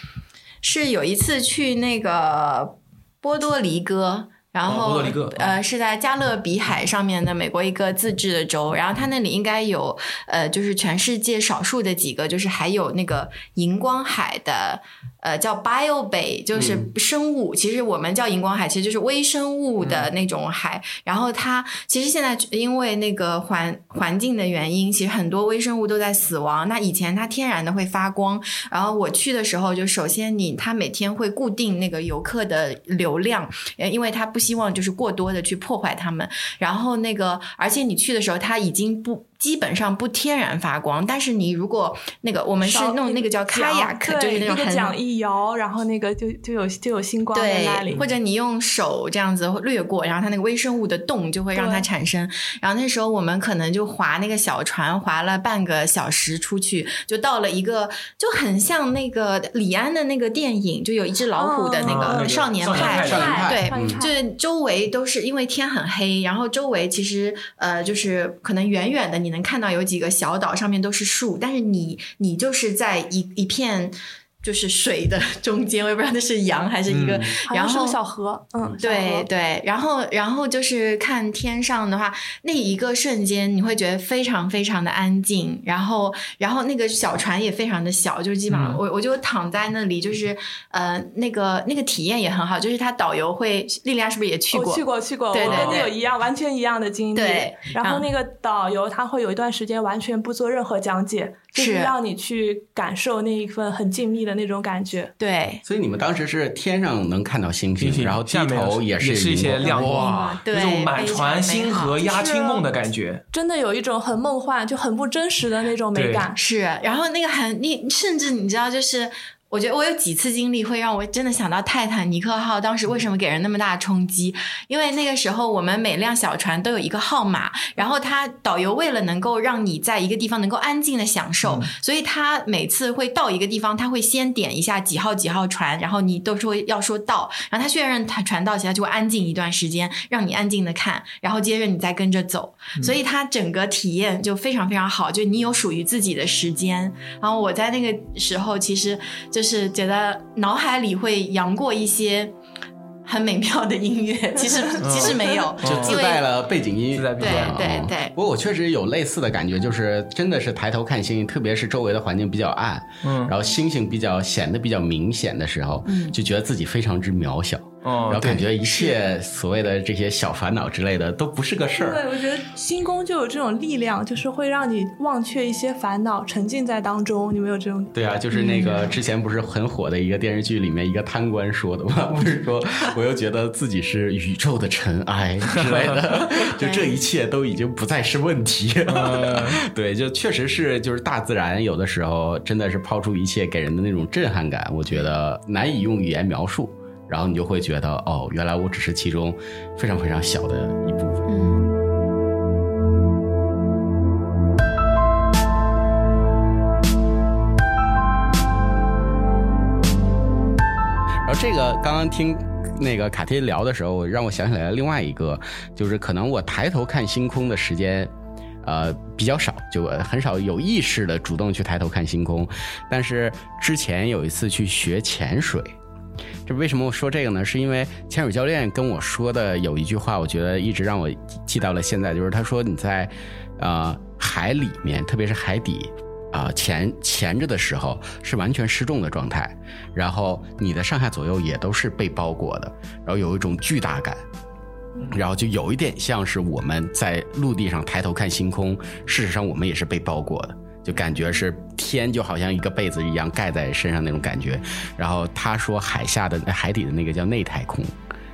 S4: 是有一次去那个波多黎各。然
S3: 哦波
S4: 后
S3: 多黎各哦，
S4: 呃，是在加勒比海上面的美国一个自治的州，然后它那里应该有，呃，就是全世界少数的几个，就是还有那个荧光海的，呃，叫 Bio Bay，就是
S3: 嗯
S4: 生物。其实我们叫荧光海，其实就是微生物的
S3: 嗯
S4: 那种海。然后它其实现在因为那个环环境的原因，其实很多微生物都在死亡。那以前它天然的会发光，然后我去的时候，就首先你它每天会固定那个游客的流量，呃因为它不希望就是过多的去破坏它们。然后那个，而且你去的时候，它已经不基本上不天然发光，但是你如果那个我们是
S2: 烧
S4: 弄那个叫
S2: 桨
S4: kayak，
S2: 对
S4: 就是那种
S2: 一个
S4: 很
S2: 桨一摇，然后那个就就有就有星光在那里
S4: 对，。或者你用手这样子掠过，然后它那个微生物的洞就会让它
S2: 对
S4: 产生。然后那时候我们可能就划那个小船，划了半个小时出去，就到了一个就很像那个李安的那个电影，就有一只老虎的那
S3: 哦
S4: 个
S3: 哦
S4: 少年
S3: 少年派
S4: 派，
S1: 少年派
S4: 对，嗯
S2: 换一派
S4: 就是周围都是因为天很黑，然后周围其实呃，就是可能远远的你能看到有几个小岛，上面都是树，但是你你就是在一一片就是水的中间，我也不知道那是洋还是一个，
S3: 嗯
S2: 好
S4: 然
S2: 像是
S4: 后
S2: 个小河，嗯，小
S4: 对
S2: 河
S4: 对，然后然后就是看天上的话，那一个瞬间你会觉得非常非常的安静，然后然后那个小船也非常的小，就是基本上
S3: 嗯
S4: 我、我就躺在那里，就是呃那个那个体验也很好，就是他导游会，莉莉娅是不是也去
S2: 我
S4: 过？
S2: 哦去过去过，我
S4: 对
S2: 跟
S4: 对
S2: 你
S4: 对
S2: 有一样完全一样的经历。
S4: 对
S2: 然后
S4: 嗯
S2: 那个导游他会有一段时间完全不做任何讲解，就是
S4: 是
S2: 让你去感受那一份很静谧的那种感觉。
S4: 对，
S1: 所以你们当时是天上能看到星
S3: 星星
S1: 然后低
S3: 下面
S1: 头
S3: 也
S1: 是
S3: 是一些
S1: 荧
S3: 亮
S1: 光
S3: 光
S1: 哇，
S4: 对
S3: 有种满船星河
S4: 非常美好
S3: 压青梦的感觉，
S2: 真的有一种很梦幻，就很不真实的那种美
S3: 对
S2: 感。
S4: 是，然后那个很你甚至你知道就是。我觉得我有几次经历会让我真的想到泰坦尼克号当时为什么给人那么大的冲击，因为那个时候我们每辆小船都有一个号码，然后他导游为了能够让你在一个地方能够安静的享受，所以他每次会到一个地方，他会先点一下几号几号船，然后你都说要说到，然后他确认他船到齐，他就会安静一段时间，让你安静的看，然后接着你再跟着走。
S1: 嗯
S4: 所以它整个体验就非常非常好，就你有属于自己的时间。然后我在那个时候，其实就是觉得脑海里会扬过一些很美妙的音乐，其实 其实没有，
S1: 就自
S4: 因
S1: 带
S4: 为
S1: 了背景音，嗯
S3: 自带背景
S4: 对
S3: 音
S4: 对对
S1: 不过我确实有类似的感觉，就是真的是抬头看星星，特别是周围的环境比较暗，
S3: 嗯
S1: 然后星星比较显得比较明显的时候，
S4: 嗯
S1: 就觉得自己非常之渺小，
S3: 哦，
S1: 然后
S3: 对
S1: 感觉一切所谓的这些小烦恼之类的都不是个事儿。
S2: 对，我觉得星空就有这种力量，就是会让你忘却一些烦恼，沉浸在当中。你们有这种？
S1: 对啊，就是那个之前不是很火的一个电视剧里面一个贪官说的嘛， 不是说我又觉得自己是宇宙的尘埃之类的，就这一切都已经不再是问题。
S3: 呃
S1: 对，就确实是，就是大自然有的时候真的是抛出一切给人的那种震撼感，我觉得难以用语言描述。然后你就会觉得，哦，原来我只是其中非常非常小的一部分。
S4: 嗯，
S1: 然后这个刚刚听那个卡天聊的时候，让我想起来了另外一个，就是可能我抬头看星空的时间。呃，比较少，就呃很少有意识的主动去抬头看星空。但是之前有一次去学潜水，这为什么我说这个呢？是因为潜水教练跟我说的有一句话，我觉得一直让我记到了现在，就是他说你在呃海里面，特别是海底啊、潜潜着的时候是完全失重的状态，然后你的上下左右也都是被包裹的，然后有一种巨大感。然后就有一点像是我们在陆地上抬头看星空，事实上我们也是被包裹的，就感觉是天就好像一个被子一样盖在身上那种感觉。然后他说海下的海底的那个叫内太空，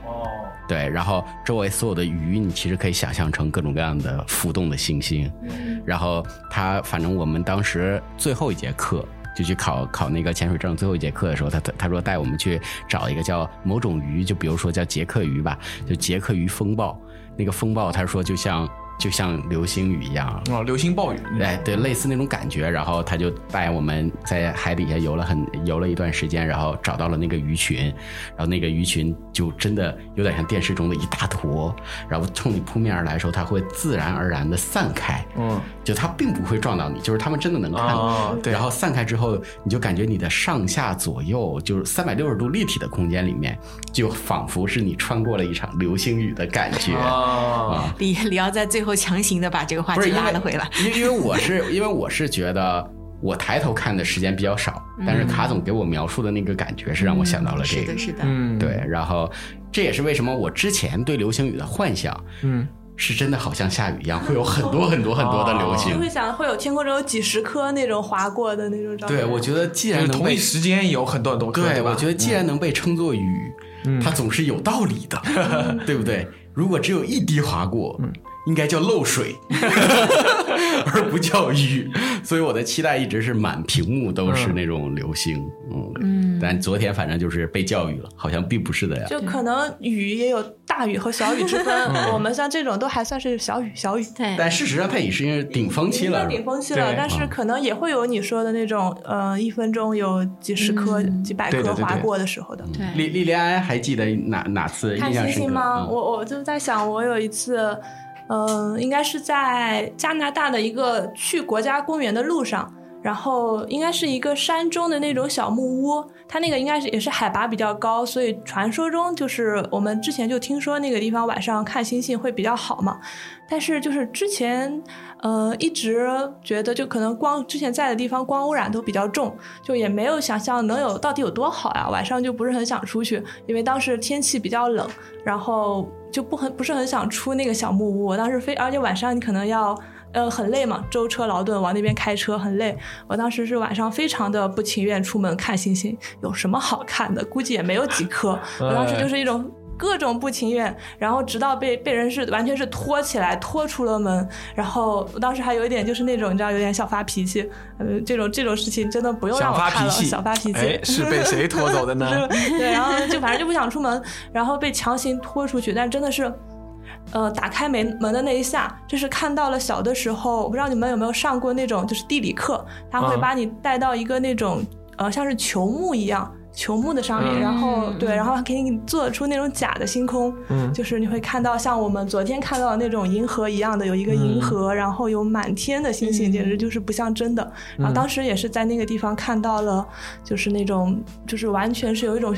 S3: 哦，
S1: 对，然后周围所有的鱼，你其实可以想象成各种各样的浮动的星星。然后他，反正我们当时最后一节课就去考考那个潜水证，最后一节课的时候，他他他说带我们去找一个叫某种鱼，就比如说叫杰克鱼吧，就杰克鱼风暴。那个风暴，他说就像就像流星雨一样，
S3: 哦，流星暴雨，
S1: 哎，对，类似那种感觉。然后他就带我们在海底下游了很游了一段时间，然后找到了那个鱼群，然后那个鱼群就真的有点像电视中的一大坨，然后冲你扑面而来的时候，它会自然而然的散开，
S3: 嗯，
S1: 就它并不会撞到你，就是他们真的能看到。
S3: 啊，对，
S1: 然后散开之后，你就感觉你的上下左右就是三百六十度立体的空间里面，就仿佛是你穿过了一场流星雨的感觉。
S3: 啊，
S5: 李李奥在最后强行啊的把这个话
S1: 不是
S5: 题
S1: 因
S5: 拉
S1: 为
S5: 了回来。
S1: 因为因为我是因为我是觉得我抬头看的时间比较少，但是卡总给我描述的那个感觉是让我想到了这
S5: 嗯是
S1: 个
S5: 的，，是的，
S3: 嗯，
S1: 对，，然后这也是为什么我之前对流星雨的幻想
S3: 嗯，
S1: 是真的好像下雨一样，会有很多很多很多的流
S2: 你
S3: 嗯
S1: 星
S2: 会。想会有天空中有几十颗那种划过的那种照片。
S1: 对，我觉得既
S3: 就是
S1: 然能
S3: 同
S1: 被
S3: 一时间有很多很多颗，
S1: 对，
S3: 吧？
S1: 我觉得既然能被称作雨，它总是有道理的，对不对？如果只有一滴划过，应该叫漏水，而不叫雨。所以我的期待一直是满屏幕都是那种流星，嗯，但昨天反正就是被教育了，好像并不是的呀。
S2: 就可能雨也有大雨和小雨之
S3: 嗯
S2: 分，我们像这种都还算是小雨小雨。
S5: 对
S1: 但事实上，它已经是顶峰期了
S2: 已经到，顶峰期了
S3: 对，嗯
S2: 但是可能也会有你说的那种，呃，一分钟有几十颗、
S5: 嗯
S2: 几百
S3: 对对
S2: 颗
S3: 对对
S2: 划过的时候的。
S1: 是吧莉莉莉安还记得哪哪次
S2: 看
S1: 印象
S2: 星
S1: 深
S2: 星
S1: 刻？
S2: 吗？
S1: 嗯
S2: 我我就在想，我有一次，嗯、应该是在加拿大的一个去国家公园的路上，然后应该是一个山中的那种小木屋，它那个应该是也是海拔比较高，所以传说中就是我们之前就听说那个地方晚上看星星会比较好嘛。但是就是之前，呃，一直觉得就可能光之前在的地方光污染都比较重，就也没有想象能有到底有多好呀。晚上就不是很想出去，因为当时天气比较冷，然后就不很不是很想出那个小木屋。我当时非而且晚上你可能要。呃，很累嘛，舟车劳顿往那边开车很累。我当时是晚上非常的不情愿出门看星星，有什么好看的？估计也没有几颗。
S3: 呃
S2: 我当时就是一种各种不情愿，然后直到被被人是完全是拖起来拖出了门，然后我当时还有一点就是那种你知道有点小发脾气，呃，这种这种事情真的不用让
S3: 想
S2: 我
S3: 发
S2: 看
S3: 脾
S2: 了，
S3: 气，
S2: 小发脾气，
S3: 哎，是被谁拖走的呢？
S2: 对， 然后 就反正就不想出门，然后被强行拖出去，但真的是。呃，打开门门的那一下，就是看到了小的时候，我不知道你们有没有上过那种就是地理课，他会
S3: 嗯
S2: 把你带到一个那种、呃像是球幕一样球幕的上面，
S3: 嗯
S2: 然后
S5: 嗯
S2: 对，然后还给你做出那种假的星空，
S3: 嗯
S2: 就是你会看到像我们昨天看到的那种银河一样的，有一个
S3: 嗯
S2: 银河，然后有满天的星星，
S5: 嗯
S2: 简直就是不像真的。然后当时也是在那个地方看到了，就是那种就是完全是有一种。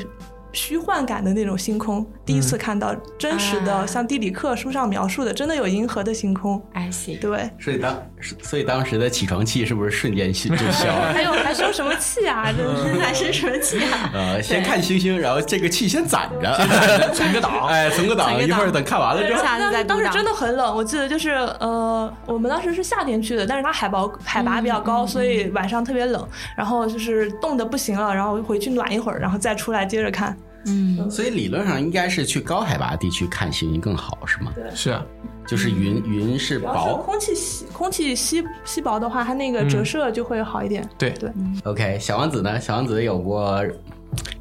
S2: 虚幻感的那种星空，第一次看到真实的，
S5: 嗯啊
S2: 像地理课书上描述的，真的有银河的星空。
S5: ，I see。
S2: 对，
S1: 所以当所以当时的起床气是不是瞬间就消
S5: 哎
S1: 了？
S2: 还有还生什么气 啊？真是
S4: 还生什么气 啊？
S1: 呃，先看星星，然后这个气先攒着，
S3: 存个档
S1: 哎，存个档，
S5: 存个档
S1: 一会儿等看完了之后，
S5: 下次再
S2: 当
S5: 读
S2: 时
S5: 档
S2: 真的很冷，我记得就是呃，我们当时是夏天去的，但是它海拔海拔比较
S5: 嗯
S2: 高，所以晚上特别冷，然后就是冻得不行了，然后回去暖一会儿，然后再出来接着看。
S5: 嗯，
S1: 所以理论上应该是去高海拔地区看星星更好，是吗？
S3: 是啊，
S1: 就是云云是
S2: 主要是
S1: 薄。嗯
S2: 空气稀空气稀稀薄的话，它那个折射就会好一点。
S3: 对，
S2: 对
S1: OK，小王子呢？小王子有过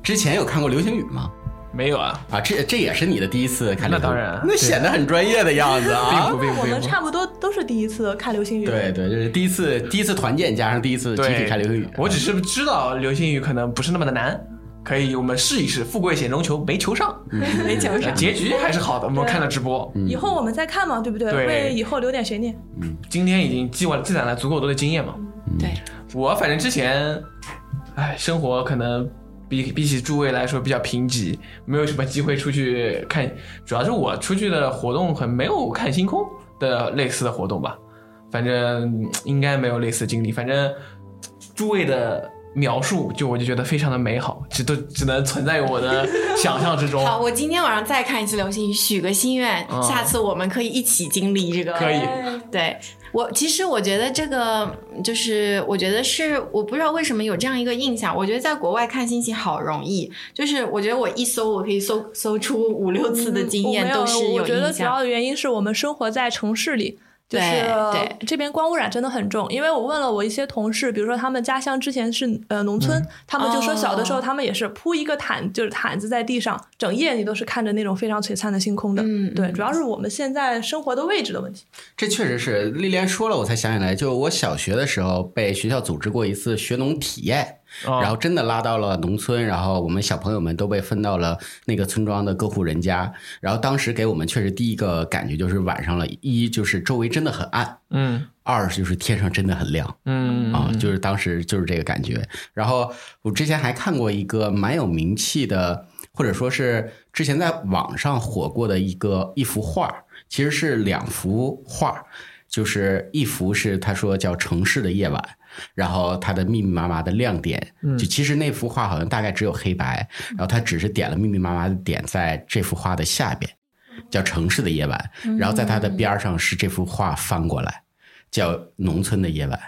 S1: 之前有看过流星雨吗？
S3: 没有啊，
S1: 啊，这这也是你的第一次看流星雨，
S3: 那当然
S1: 那显得很专业的样子
S3: 并
S1: 啊
S3: 不。并不
S2: 我
S3: 并
S2: 们
S3: 不，
S2: 差不多都是第一次看流星雨。
S1: 对对，就是第一次第一次团建加上第一次集体
S3: 对，
S1: 看流星雨，啊
S3: 我只是知道流星雨可能不是那么的难，可以我们试一试。富贵险中求，没求上，
S1: 嗯
S5: 没求上。
S3: 结局还是好的。我们看了直播，
S2: 以后我们再看嘛，对不对？
S3: 对
S2: 为以后留点悬念。
S3: 今天已经积完积攒了足够多的经验嘛。
S1: 嗯
S5: 对，
S3: 我反正之前，哎，生活可能比比起诸位来说比较贫瘠，没有什么机会出去看。主要是我出去的活动很没有看星空的类似的活动吧，反正嗯应该没有类似的经历。反正诸位的。描述就我就觉得非常的美好，只都只能存在于我的想象之中。
S2: 哦
S4: 好，我今天晚上再看一次流星雨，许个心愿，
S3: 嗯
S4: 下次我们可以一起经历这个。
S3: 可以，
S4: 对，我其实我觉得这个就是，我觉得是我不知道为什么有这样一个印象。我觉得在国外看星星好容易，就是我觉得我一搜，我可以搜搜出五六次的经验
S2: 嗯
S4: 都是
S2: 我没有我觉得
S4: 印
S2: 主要
S4: 象。
S2: 的原因是我们生活在城市里。就是
S4: 对对
S2: 这边光污染真的很重，因为我问了我一些同事，比如说他们家乡之前是呃农
S1: 嗯
S2: 村，他们就说
S4: 哦
S2: 小的时候他们也是铺一个毯，就是毯子在地上，整夜你都是看着那种非常璀璨的星空的。
S4: 嗯
S2: 对，主要是我们现在生活的位置的问题。
S1: 这确实是丽莲说了，我才想起来，就我小学的时候被学校组织过一次学农体验，
S3: 哦
S1: 然后真的拉到了农村，然后我们小朋友们都被分到了那个村庄的各户人家，然后当时给我们确实第一个感觉就是晚上了，一就是周围真的很暗，
S3: 嗯
S1: 二就是天上真的很亮。
S3: 嗯
S1: 啊、就是当时就是这个感觉。然后我之前还看过一个蛮有名气的，或者说是之前在网上火过的一个一幅画儿，其实是两幅画儿，就是一幅是他说叫《城市的夜晚》。然后它的密密麻麻的亮点，
S3: 嗯
S1: 就其实那幅画好像大概只有黑白，然后他只是点了密密麻麻的点在这幅画的下边，叫《城市的夜晚》，然后在它的边儿上是这幅画翻过来，叫《农村的夜晚》。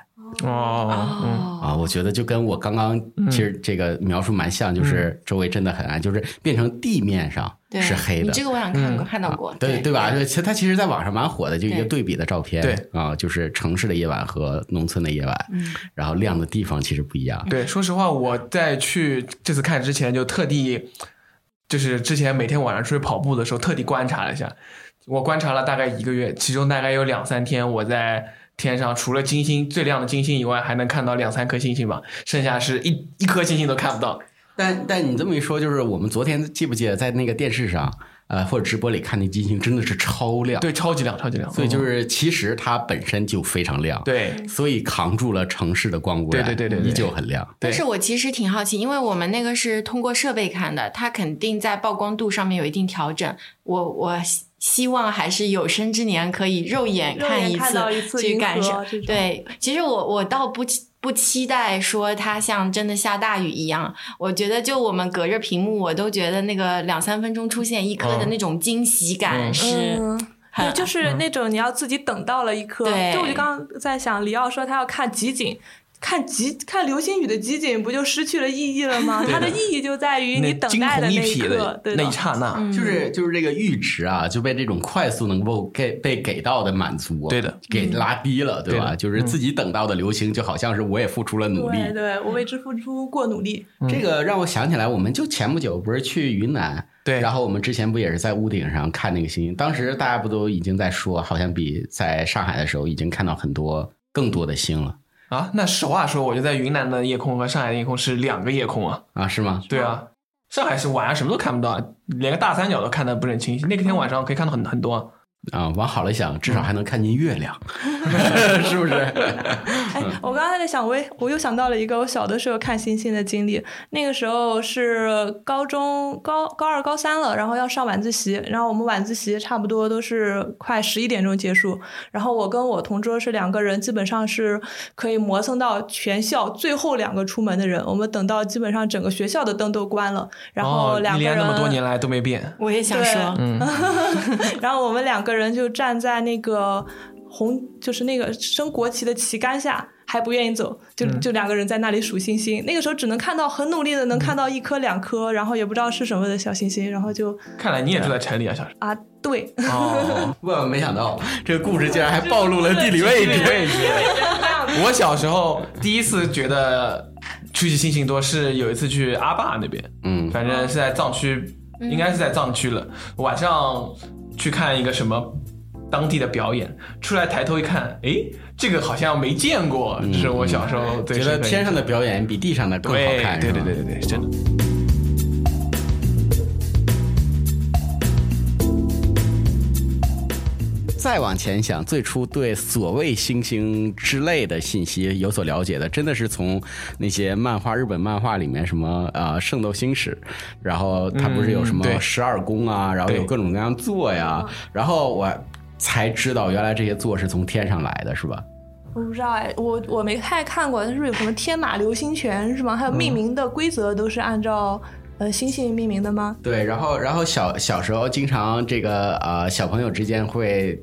S3: 哦嗯
S1: 啊，我觉得就跟我刚刚其实这个描述蛮像，就是周围真的很暗，就是变成地面上
S4: 对，
S1: 是黑
S4: 你
S1: 的，
S4: 这个我想看过，看到
S2: 嗯
S4: 过，
S1: 对对吧？就其实它其实在网上蛮火的，就一个
S4: 对
S1: 对比的照片，
S3: 对
S1: 啊，就是城市的夜晚和农村的夜晚，
S4: 嗯
S1: 然后亮的地方其实不一样。
S3: 对，说实话，我在去这次看之前就特地，就是之前每天晚上出去跑步的时候特地观察了一下，我观察了大概一个月，其中大概有两三天我在天上除了金星最亮的金星以外，还能看到两三颗星星吧，剩下是一一颗星星都看不到。
S1: 但但你这么一说，就是我们昨天记不记得在那个电视上，呃，或者直播里看那金星真的是超亮，，
S3: 对，超级亮，超级亮。
S1: 所以就是其实它本身就非常亮，
S3: 嗯，对，
S1: 所以扛住了城市的光污染，
S3: 对对对对对
S1: 依旧很亮。
S4: 但是我其实挺好奇，因为我们那个是通过设备看的，它肯定在曝光度上面有一定调整。我我希希望还是有生之年可以肉眼
S2: 肉
S4: 看
S2: 眼
S4: 一
S2: 看
S4: 次，
S2: 到一次
S4: 去
S2: 银
S4: 感
S2: 河
S4: 受
S2: 这种
S4: 对，其实我我倒不期不期待说它像真的下大雨一样，我觉得就我们隔着屏幕，我都觉得那个两三分钟出现一颗的
S3: 嗯
S4: 那种惊
S3: 嗯
S4: 喜感是。
S2: 嗯
S4: 很
S2: 对，就是那种你要自己等到了一颗。
S4: 对
S2: 就我就刚在想，里奥说他要看集锦，看集看流星雨的集锦，不就失去了意义了吗？
S3: 对
S2: 它
S3: 的
S2: 的意义就在于你
S3: 那
S2: 等
S3: 惊
S2: 待
S3: 鸿一
S2: 那一
S3: 瞥
S2: 刻
S3: 的，
S2: 对
S3: 那
S2: 的嗯
S3: 一刹那，
S1: 就是就是这个阈值啊，就被这种快速能够给被给到的满足，啊
S3: 对的，嗯
S1: 给拉低了，对
S3: 对
S1: 吧？
S3: 的
S1: 就是自己等到的流行，就好像是我也付出了努力。
S2: 对
S3: 嗯
S2: 对，我为之付出过努力。
S1: 这个让我想起来，我们就前不久不是去云南，
S3: 对
S1: 然后我们之前不也是在屋顶上看那个星星？当时大家不都已经在说，好像比在上海的时候已经看到很多更多的星了
S3: 啊，那实话说，我觉得在云南的夜空和上海的夜空是两个夜空啊。
S1: 啊？是吗？
S3: 对啊，上海是晚上什么都看不到，啊连个大三角都看得不是很清晰。那天晚上可以看到很很多啊。
S1: 啊，往好了想，至少还能看见月亮，是不是？
S2: 哎，我刚才在想，我也我又想到了一个我小的时候看星星的经历。那个时候是高中高高二高三了，然后要上晚自习，然后我们晚自习差不多都是快十一点钟结束。然后我跟我同桌是两个人，基本上是可以磨蹭到全校最后两个出门的人。我们等到基本上整个学校的灯都关了，然后
S3: 哦
S2: 两
S3: 一
S2: 个
S3: 连
S2: 人、
S3: 那么多年来都没变。
S4: 我也想说，
S2: 然后我们两个人就站在那个红，就是那个升国旗的旗杆下，还不愿意走，就就两个人在那里数星星。那个时候只能看到很努力的能看到一颗两颗，然后也不知道是什么的小星星，然后就
S3: 看来你也住在城里啊，小 石。
S2: 啊，对，
S3: 哦，
S1: 万万没想到，这个故事竟然还暴露了地理位置。
S3: 位置。我小时候第一次觉得出去星星多是有一次去阿坝那边，
S1: 嗯，
S3: 反正是在藏区，
S2: 嗯
S3: 应该是在藏区了。晚上去看一个什么当地的表演，出来抬头一看，诶，这个好像没见过。这是我小时候
S1: 嗯
S3: 最
S1: 觉
S3: 深
S1: 得
S3: 刻的
S1: 天上的表演比地上的更好
S3: 对
S1: 看，
S3: 对
S1: 是吧
S3: 对对对对，真的。
S1: 再往前想，最初对所谓星星之类的信息有所了解的，真的是从那些漫画、日本漫画里面，什么呃《圣斗星矢》，然后它不是有什么
S3: 嗯对
S1: 十二宫啊，然后有
S3: 对
S1: 各种各样座呀，然后我才知道原来这些座是从天上来的，是吧？
S2: 我不知道哎，我我没太看过，但是有什么天马流星拳是吗？还有命名的规则都是按照呃星星命名的吗？
S1: 对，然后然后小小时候经常这个呃小朋友之间会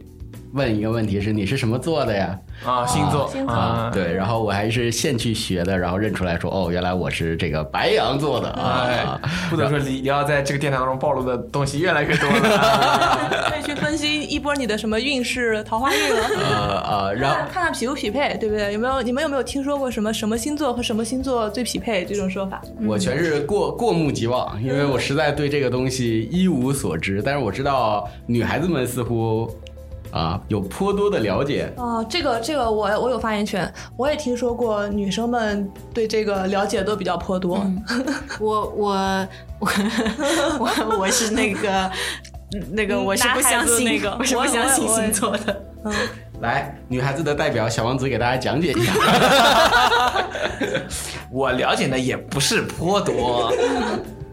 S1: 问一个问题是你是什么座的呀？
S3: 啊，星座
S2: 哦星座嗯
S3: 啊，
S1: 对，然后我还是现去学的，然后认出来说，哦，原来我是这个白羊座的啊
S2: 嗯
S3: 哎。，不得说李要在这个电台当中暴露的东西越来越 多 了。啊
S2: 可以去分析一波你的什么运势、桃花运啊了。
S1: 呃呃，然后
S2: 看看看匹不匹配，对不对？有没有你们有没有听说过什么什么星座和什么星座最匹配这种说法？
S1: 我全是过过目即忘，因为我实在对这个东西一无所知。但是我知道女孩子们似乎啊有颇多的了解，
S2: 哦，这个这个我我有发言权，我也听说过女生们对这个了解都比较颇多。
S5: 我我我 我我是那个那个
S2: 嗯
S5: 我是
S2: 男
S5: 不
S2: 孩
S5: 相
S2: 子
S5: 信
S2: 那个
S5: 我是
S2: 我
S5: 不相
S2: 我
S5: 信
S2: 我
S5: 星座的。
S1: 来，女孩子的代表小王子给大家讲解一 下。
S3: 我了解的也不是 颇多，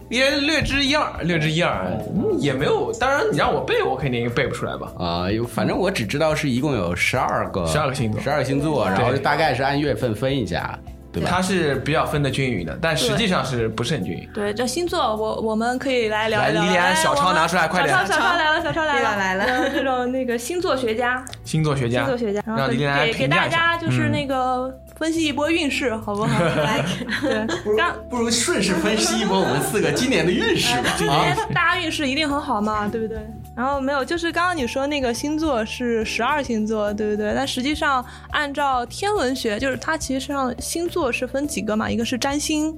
S3: 也略知一二，略知一二，
S2: 哦
S3: 嗯也没有。当然，你让我背，我肯定背不出来吧。
S1: 啊、有反正我只知道是一共有十二个，
S3: 12个星座
S1: 十二个星座，然后
S3: 对
S1: 大概是按月份分一下，对吧？
S3: 它是比较分的均匀的，但实际上是不是很均匀？
S2: 对，这星座我我们可以来聊
S3: 来
S2: 一聊。
S3: 莉莉安
S2: 哎
S3: 小抄
S2: 我们
S3: 拿出来快点
S2: 小抄小抄来了，小抄来了，
S5: 来了
S2: 嗯这种那个星座学家，
S3: 星座学
S2: 星
S3: 家，
S2: 座学家，然后
S3: 啊让
S2: 给
S3: 莉莉安来
S2: 给
S3: 评价
S2: 大
S3: 一下嗯
S2: 家就是那个分析一波运势，好不 好？ 对，刚
S1: 不如顺势分析一波我们四个今年的运势吧。
S2: 今年大家运势一定很好嘛，对不对？然后没有，就是刚刚你说那个星座是十二星座，对不对？但实际上按照天文学，就是它其实上星座是分几个嘛，一个是占星，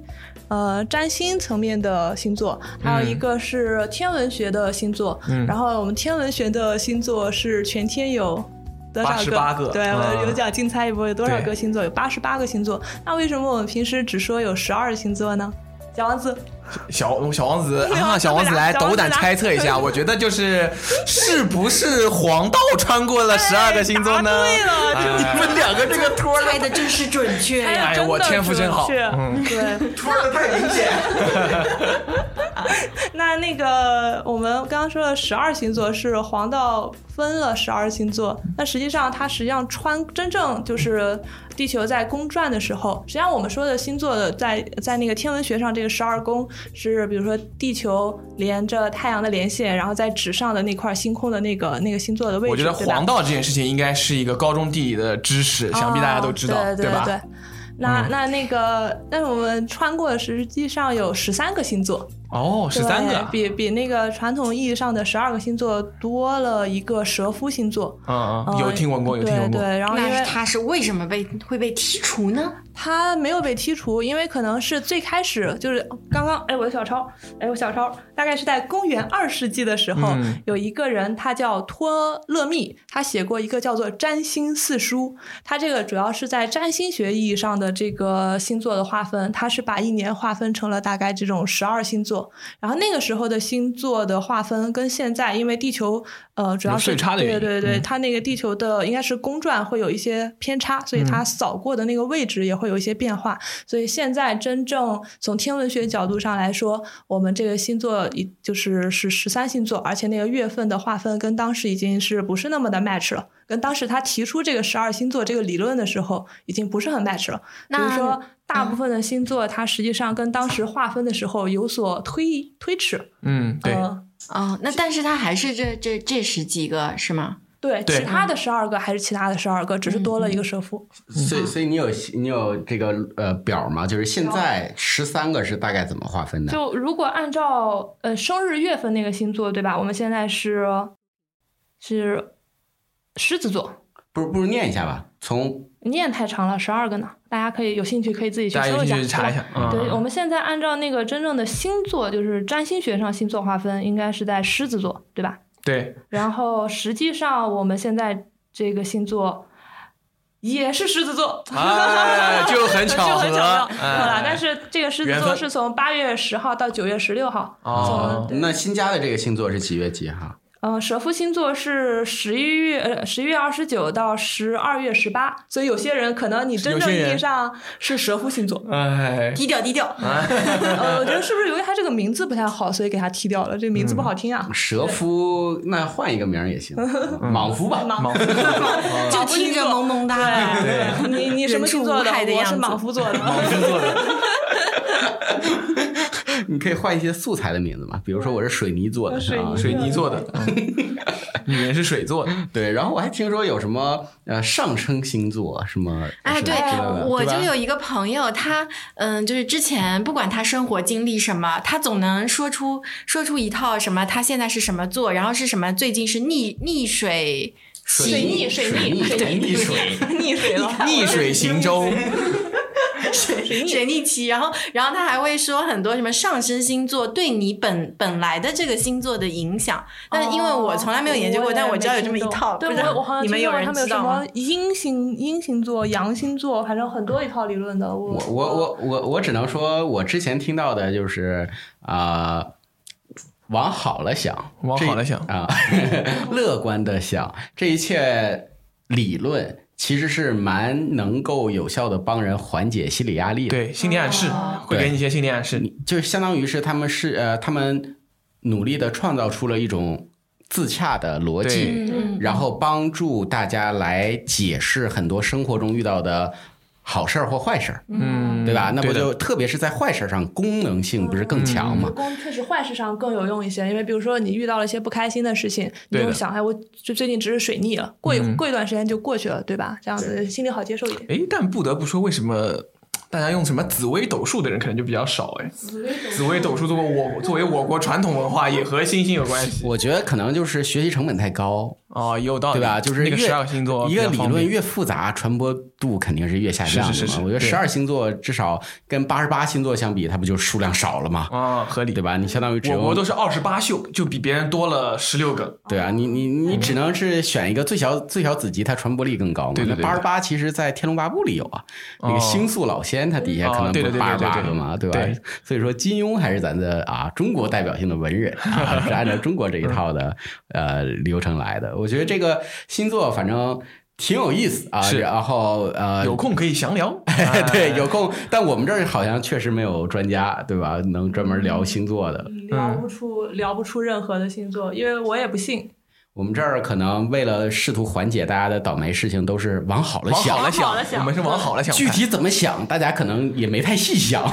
S2: 呃，占星层面的星座，还有
S3: 嗯
S2: 一个是天文学的星座。然后我们天文学的星座是全天有。多少个？
S3: 88个
S2: 对，
S3: 啊
S2: 我有奖竞猜一波，有多少
S3: 对
S2: 个星座？有八十八个星座。那为什么我们平时只说有十二星座呢？小王子，
S3: 小小 王子
S2: 有
S3: 啊，小王子来
S2: 小王
S3: 斗
S2: 子来
S3: 胆猜测一下，我觉得 就是是不是黄道穿过了十二个星座呢？
S2: 哎答对了
S3: 哎
S1: 你们两个这个托儿
S5: 猜的真是准确
S2: 哎
S5: 呀！
S2: 呀
S3: 哎我
S2: 的
S3: 天赋真好
S2: 准确
S3: 嗯
S2: 对，
S1: 托的太明显。
S2: 那那个我们刚刚说的十二星座是黄道分了十二星座，那实际上它实际上穿真正就是地球在公转的时候，实际上我们说的星座的在在那个天文学上这个十二宫是比如说地球连着太阳的连线，然后在纸上的那块星空的那个那个星座的位置，
S3: 我觉得
S2: 对吧
S3: 黄道这件事情应该是一个高中地理的知识，想必大家都知道
S2: 哦，对
S3: 吧？嗯
S2: 对。那那那个，但是我们穿过的实际上有十三个星座，
S3: 哦，十三
S2: 对
S3: 个，
S2: 比比那个传统意义上的十二个星座多了一个蛇夫星座。
S3: 嗯嗯，
S2: 呃
S3: 有听闻过，有听闻
S2: 对
S3: 过。
S2: 对，然后因
S5: 那
S2: 为
S5: 他是为什么被会被剔除呢？
S2: 他没有被剔除，因为可能是最开始就是刚刚，哎，我的小抄，哎，我小抄，大概是在公元二世纪的时候，
S3: 嗯
S2: 有一个人他叫托勒密，他写过一个叫做《占星四书》，他这个主要是在占星学意义上的这个星座的划分，他是把一年划分成了大概这种十二星座，然后那个时候的星座的划分跟现在，因为地球呃主要
S3: 有
S2: 是
S3: 岁差的原因
S2: 对对对，
S3: 嗯
S2: 它那个地球的应该是公转会有一些偏差，所以
S3: 嗯
S2: 它扫过的那个位置也会有一些变化。所以现在真正从天文学角度上来说，我们这个星座已就是是十三星座，而且那个月份的划分跟当时已经是不是那么的 match 了。跟当时他提出这个十二星座这个理论的时候，已经不是很 match 了。比如
S5: 那
S2: 说，大部分的星座它实际上跟当时划分的时候有所推推迟。
S3: 嗯，对，
S2: 嗯
S5: 哦，那但是他还是这这这十几个是吗？
S2: 对，嗯
S3: 对
S2: 其他的十二个还是其他的十二个，只是多了一个蛇夫。
S3: 嗯
S1: 所以，所以你有你有这个呃表吗？就是现在十三个是大概怎么划分的？
S2: 就如果按照呃生日月份那个星座，对吧？我们现在是是狮子座，
S1: 不如不如念一下吧，从
S2: 念太长了，十二个呢，大家可以有兴趣可以自己去
S3: 大家
S2: 搜
S3: 有
S2: 一
S3: 兴
S2: 下，
S3: 趣去查一
S2: 对吧
S3: 下。嗯
S2: 对，我们现在按照那个真正的星座，就是占星学上星座划分，应该是在狮子座，对吧？
S3: 对，
S2: 然后实际上我们现在这个星座也是狮子座，
S3: 哎就很巧
S2: 就
S3: 合
S2: 很巧合，
S3: 哎
S2: 对吧？但是这个狮子
S3: 缘
S2: 座
S3: 分
S2: 是从八月十号到九月十六号，
S3: 哦
S2: 从
S1: 呃那新加的这个星座是几月几号？
S2: 呃，蛇夫星座是十一月呃十一月二十九到十二月十八，所以有些人可能你真
S3: 有
S2: 正
S3: 些
S2: 意义
S3: 人。
S2: 上是蛇夫星座
S3: 哎，
S5: 低调低调，
S1: 啊
S2: 呃，我觉得是不是由于他这个名字不太好，所以给他踢掉了？这个名字
S3: 嗯
S2: 不好听 啊。
S1: 蛇夫，那换一个名儿也行，莽夫吧。
S2: 莽
S3: 忙
S5: 就听着萌萌哒。
S2: 对，你你什么
S5: 啊人畜
S2: 星座
S5: 无
S2: 的？
S5: 害的
S2: 我
S5: 样
S2: 是
S5: 子
S2: 莽夫座的。
S1: 你可以换一些素材的名字嘛，比如说我是水泥做的
S2: 我水泥
S1: 啊，
S3: 水泥做的，嗯 你们是水做的，
S1: 对。然后我还听说有什么呃上升星座什么，
S4: 哎，
S1: 什么
S4: 对
S1: 之类的，
S4: 我就
S1: 对吧
S4: 有一个朋友，他嗯，就是之前不管他生活经历什么，他总能说出说出一套什么，他现在是什么座，然后是什么，最近是逆逆水
S1: 水
S4: 行
S1: 逆水逆水逆水，
S2: 溺水了，
S3: 逆水行舟，
S4: 水水逆期，然后然后他还会说很多什么上升星座对你本本来的这个星座的影响，但是因为我从来没有研究过，
S2: 哦
S4: 但我知道有这么一套，
S2: 对，
S4: 不知
S2: 我我好像
S4: 道你们
S2: 听说
S4: 人
S2: 他们有
S4: 知
S2: 什
S4: 道吗
S2: 么？阴星、阴星座、阳星座，反正很多一套理论的。我
S1: 我我我我我只能说，我之前听到的就是啊、呃往好了想，
S3: 往好了想
S1: 这啊， 乐观的想，这一切理论其实是蛮能够有效的帮人缓解心理压力的。
S3: 对，心理暗示
S2: 哦
S3: 会给你一些心理暗示，
S1: 你就相当于是他们是呃，他们努力的创造出了一种自洽的逻
S3: 对
S1: 辑，
S4: 嗯
S1: 然后帮助大家来解释很多生活中遇到的好事儿或坏事儿，
S3: 嗯，
S1: 对吧？那不
S3: 对的嗯
S1: 就特别是在坏事儿上功能性不是更强吗？
S2: 工确实坏事上更有用一些，因为比如说你遇到了一些不开心的事情，你
S3: 对
S2: 就
S3: 的
S2: 想，哎，我就最近只是水逆了，过一、
S3: 嗯
S2: 过一段时间就过去了，对吧？这样子心里好接受一点。
S3: 哎，但不得不说，为什么大家用什么紫微斗数的人可能就比较少？哎，紫微斗数作为我作为我国传统文化，也和星星有关系
S1: 我觉得可能就是学习成本太高，
S3: 嗯哦，也有道理，
S1: 对吧？就是
S3: 那
S1: 越
S3: 个十二星座
S1: 一个
S3: 比
S1: 理
S3: 较方
S1: 论
S3: 便
S1: 越复杂，传播度肯定是越下降的嘛。
S3: 是是是是
S1: 我觉得
S3: 对
S1: 十二星座至少跟八十八星座相比，它不就数量少了吗？
S3: 啊，合理
S1: 对。吧？你相当于只
S3: 我
S1: 有
S3: 国都是二十八宿，就比别人多了十六个。
S1: 对啊，你你
S3: 哎
S1: 你只能是选一个最小最小子集，它传播力更高嘛。
S3: 对对对对
S1: 八十八其实，在《天龙八部》里有啊，那
S3: 哦
S1: 个星宿老仙，它底下可
S3: 哦
S1: 能
S3: 对
S1: 不
S3: 对
S1: 是
S3: 对
S1: 八十
S3: 对对
S1: 八
S3: 对
S1: 个嘛，对吧
S3: 对？
S1: 所以说，金庸还是咱的啊中国代表性的文人 啊， 是按照中国这一套的呃流程来的。我觉得这个星座反正挺有意思啊，
S3: 是
S1: 然后呃
S3: 有。空可以详聊。
S1: 对，有空，但我们这儿好像确实没有专家，对吧？能专门
S3: 嗯
S1: 聊星座的，
S2: 聊不出聊不出任何的星座，因为我也不信。
S1: 我们这儿可能为了试图缓解大家的倒霉事情，都是往好了
S3: 往
S1: 想。
S3: 好了
S2: 往好了
S3: 想，
S2: 想
S3: 我们是往好了想。
S1: 具体怎么想，大家可能也没太细想。
S2: 我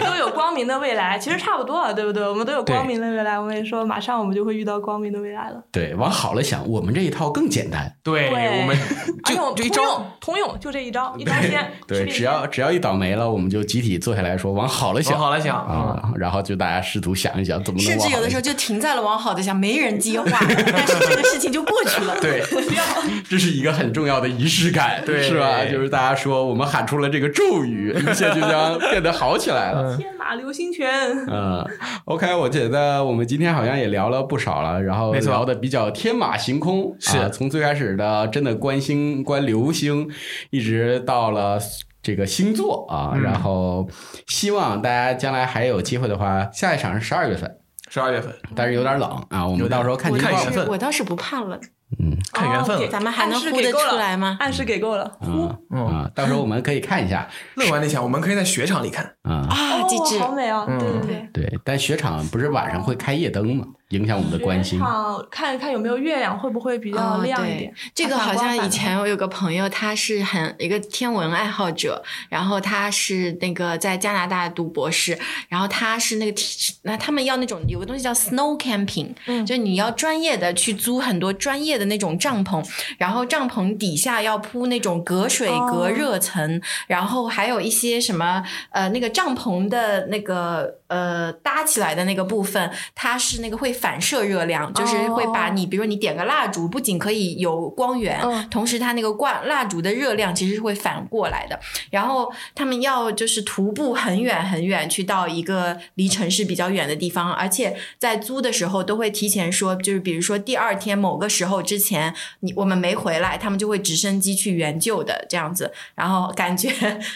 S2: 们都有光明的未来，其实差不多了，对不对？我们都有光明的未来，我们也说马上我们就会遇到光明的未来了。
S1: 对，往好了想，我们这一套更简单。
S3: 对
S2: 对
S3: 我们
S2: 而且我们
S3: 就就一
S2: 哎通
S3: 招
S2: 用，通用就这一 招，一招鲜。
S1: 对，
S2: 吃遍
S1: 只要只要一倒霉了，我们就集体坐下来说往好了
S3: 往
S1: 想
S3: 好了想啊。
S1: 啊，然后就大家试图想一想怎么能
S4: 甚
S1: 往
S4: 至
S1: 好
S4: 有的
S1: 了
S4: 时候
S1: 想。
S4: 就停在了往好的想，没人接话，但是这个事情就过去了。
S3: 对，
S1: 这是一个很重要的仪式感，
S3: 对
S1: 是吧？就是大家说我们喊出了这个咒语，一切就将变得好起来了。
S3: 嗯
S2: 天马流星拳。
S1: 嗯，OK，我觉得我们今天好像也聊了不少了，然后
S3: 没错
S1: 聊的比较天马行空，
S3: 是
S1: 啊从最开始的真的观星、观流星，一直到了。这个星座啊，
S3: 嗯
S1: 然后希望大家将来还有机会的话，下一场是十二月份，
S3: 十二月份
S1: 但是有点冷啊，我们到时候看
S3: 我
S1: 情
S3: 看
S1: 况
S3: 缘
S1: 吧。
S3: 分
S4: 我倒是不怕冷，
S3: 看缘分
S2: 哦
S3: 了
S2: 给。
S4: 咱们还能
S2: 暗示
S4: 呼得
S2: 给够了
S4: 出来吗？
S2: 暗示给够了。
S1: 啊
S3: 嗯
S1: 啊，到时候我们可以看一下
S3: 乐观的想，我们可以在雪场里看。
S1: 啊，
S4: 啊，机智
S2: 哦，好美啊！
S3: 嗯
S2: 对对对。
S1: 对，但雪场不是晚上会开夜灯吗？影响我们的观星
S2: 雪。场看一看有没有月亮，会不会比较
S4: 哦，
S2: 亮一
S4: 对
S2: 点？，
S4: 这个
S2: 它
S4: 好
S2: 反光
S4: 像
S2: 反
S4: 以
S2: 的
S4: 前我有个朋友，他是很一个天文爱好者，然后他是那个在加拿大读博士，然后他是那个体那他们要那种有个东西叫 snow camping，、
S2: 嗯
S4: 就你要专业的去租很多专业的那种帐篷，然后帐篷底下要铺那种隔水
S2: 哦
S4: 隔热层，然后还有一些什么呃那个帐篷的那个呃搭起来的那个部分，它是那个会反射热量，就是会把
S2: 哦
S4: 你比如说你点个蜡烛，不仅可以有光源，
S2: 嗯
S4: 同时它那个挂蜡烛的热量其实是会反过来的。然后他们要就是徒步很远很远去到一个离城市比较远的地方，而且在租的时候都会提前说，就是比如说第二天某个时候之前你我们没回来，他们就会直升机去援救的这样子。然后感觉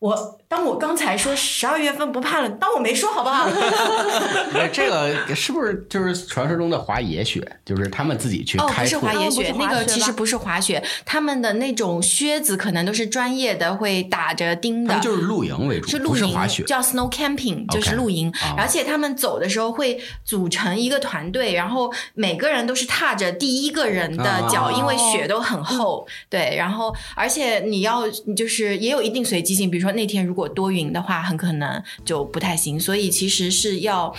S4: 我当我刚才说十二月份不怕冷，当我没说好不好？
S1: 哎这个是不是就是传说中的滑野雪？就是他们自己去
S4: 哦，
S1: 开
S4: 不是
S1: 拓
S4: 滑
S2: 哦
S4: 野
S2: 不
S4: 雪
S2: 是，滑
S4: 那个
S2: 雪
S4: 其
S2: 吧
S4: 实不是滑雪，他们的那种靴子可能都是专业的，会打着钉
S1: 他
S4: 的
S1: 们。就是露营为主，
S4: 是露
S1: 不
S4: 营，
S1: 是滑 雪。
S4: 叫 snow camping，就是露营。
S1: 啊
S4: 而且他们走的时候会组成一个团队，然后每个人都是踏着第一个人的脚，
S1: 哦
S4: 因为雪都很厚。对，然后而且你要你就是也有一定随机性，比如说说那天如果多云的话，很可能就不太行。所以其实是要。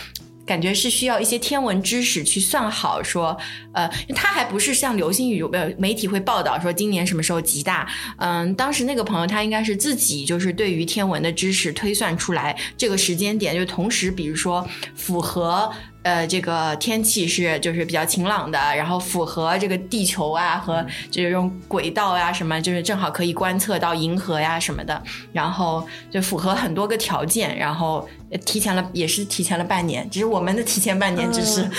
S4: 感觉是需要一些天文知识去算好说，呃，它还不是像流星雨有没有媒体会报道说今年什么时候极大，嗯，当时那个朋友他应该是自己就是对于天文的知识推算出来这个时间点，就同时比如说符合。呃，这个天气是就是比较晴朗的，然后符合这个地球啊和这种轨道呀、什么，就是正好可以观测到银河呀什么的，然后就符合很多个条件，然后呃提前了也是提前了半年，只是我们的提前半年只是、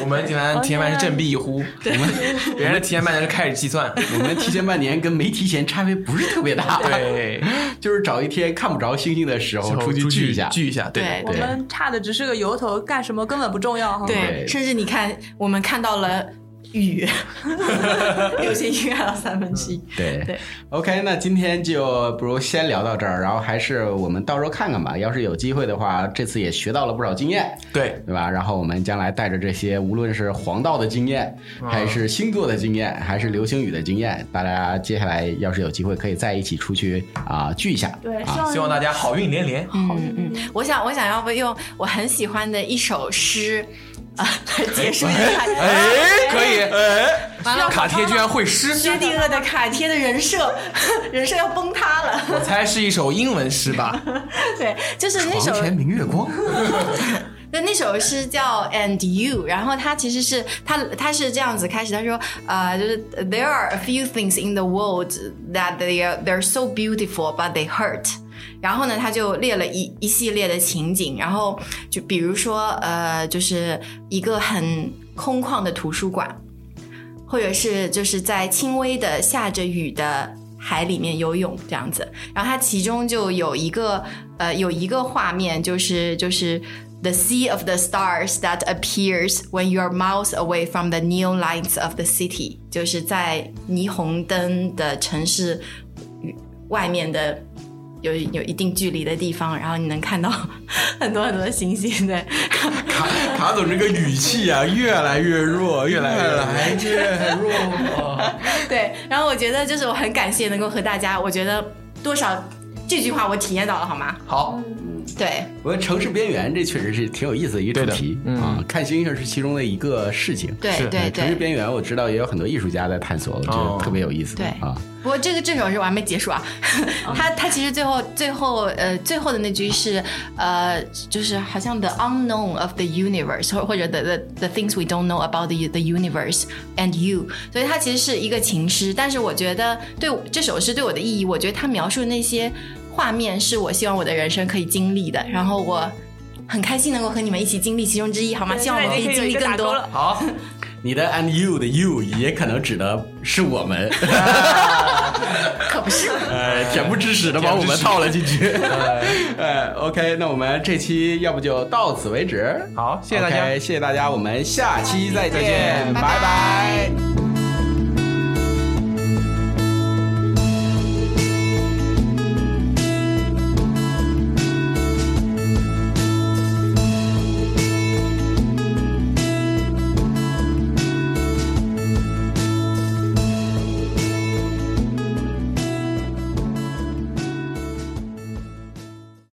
S3: 我们提前提前半是振臂一呼，我们别人的提前半年是开始计算，
S1: 我们提前半年跟没提前差别不是特别大，，
S3: 对，
S1: 就是找一天看不着星星的时候
S3: 然后
S1: 出去聚一下，
S3: 聚一下，对
S4: 对
S2: 我们差的只是个由头，干什么根本不重要哈。
S4: 对，甚至你看我们看到了雨， 流星雨看到三分之一。
S1: 对
S4: 对
S1: OK，那今天就不如先聊到这儿，然后还是我们到时候看看吧。要是有机会的话，这次也学到了不少经验，
S3: 对，
S1: 对吧？然后我们将来带着这些，无论是黄道的经验，还是星座的经验，还是流星雨的经验，大家接下来要是有机会，可以在一起出去啊、聚一下。
S2: 对，
S1: 啊
S3: 希望大家好运连连。
S4: 嗯嗯，我想我想要不用我很喜欢的一首诗啊来结束一 下。
S3: 哎，可以，哎，
S4: 完了
S3: 卡贴居然会诗，
S4: 薛定谔的卡贴的人设， 人设要崩塌了。
S3: 我猜是一首英文诗吧？
S4: 对，就是那首
S1: 床前明月光，
S4: 那那首诗叫《And You》，然后它其实是它它是这样子开始，他说呃，就是 There are a few things in the world that they are they're so beautiful but they hurt。然后呢，他就列了一一系列的情景，然后就比如说呃，就是一个很空旷的图书馆，或者是就是在轻微的下着雨的海里面游泳这样子。然后它其中就有一个呃有一个画面，就是就是 The sea of the stars that appears when you're miles away from the neon lights of the city，就是在霓虹灯的城市外面的。有有一定距离的地方，然后你能看到 很多很多星星，对，
S1: 卡卡总这个语气啊，越来越弱，越
S3: 来越弱
S1: 越弱。
S4: 对，然后我觉得就是我很感谢能够和大家，我觉得多少这句话我体验到了，好吗？
S3: 好，
S4: 对，
S1: 我觉得城市边缘这确实是挺有意思的一个主题
S3: 对的嗯
S1: 啊，看星星是其中的一个事情。
S4: 对
S3: 是
S4: 对
S1: 城市
S4: 对。
S1: 边缘我知道也有很多艺术家在探索，我觉
S3: 哦
S1: 得特别有意思。
S4: 对
S1: 啊，
S4: 不过这个这首是我还没结束啊， 他他其实最后最后呃最后的那句是呃就是好像 the unknown of the universe 或或者 the the the things we don't know about the the universe and you，所以它其实是一个情诗，但是我觉得对我这首诗对我的意义，我觉得它描述那些画面是我希望我的人生可以经历的，然后我很开心能够和你们一起经历其中之一，好吗？
S2: 对
S4: 希望我可以经历更多。
S3: 好，
S1: 你的 and you 的 you 也可能指的是我们，
S4: 可 不是。
S1: 呃，恬不知耻的把我们套了进 去。
S3: 哎
S1: 呃，OK，那我们这期要不就到此为止。
S3: 好，谢谢大家
S1: OK，谢谢大家，我们下期再见，
S3: 再见
S1: 拜拜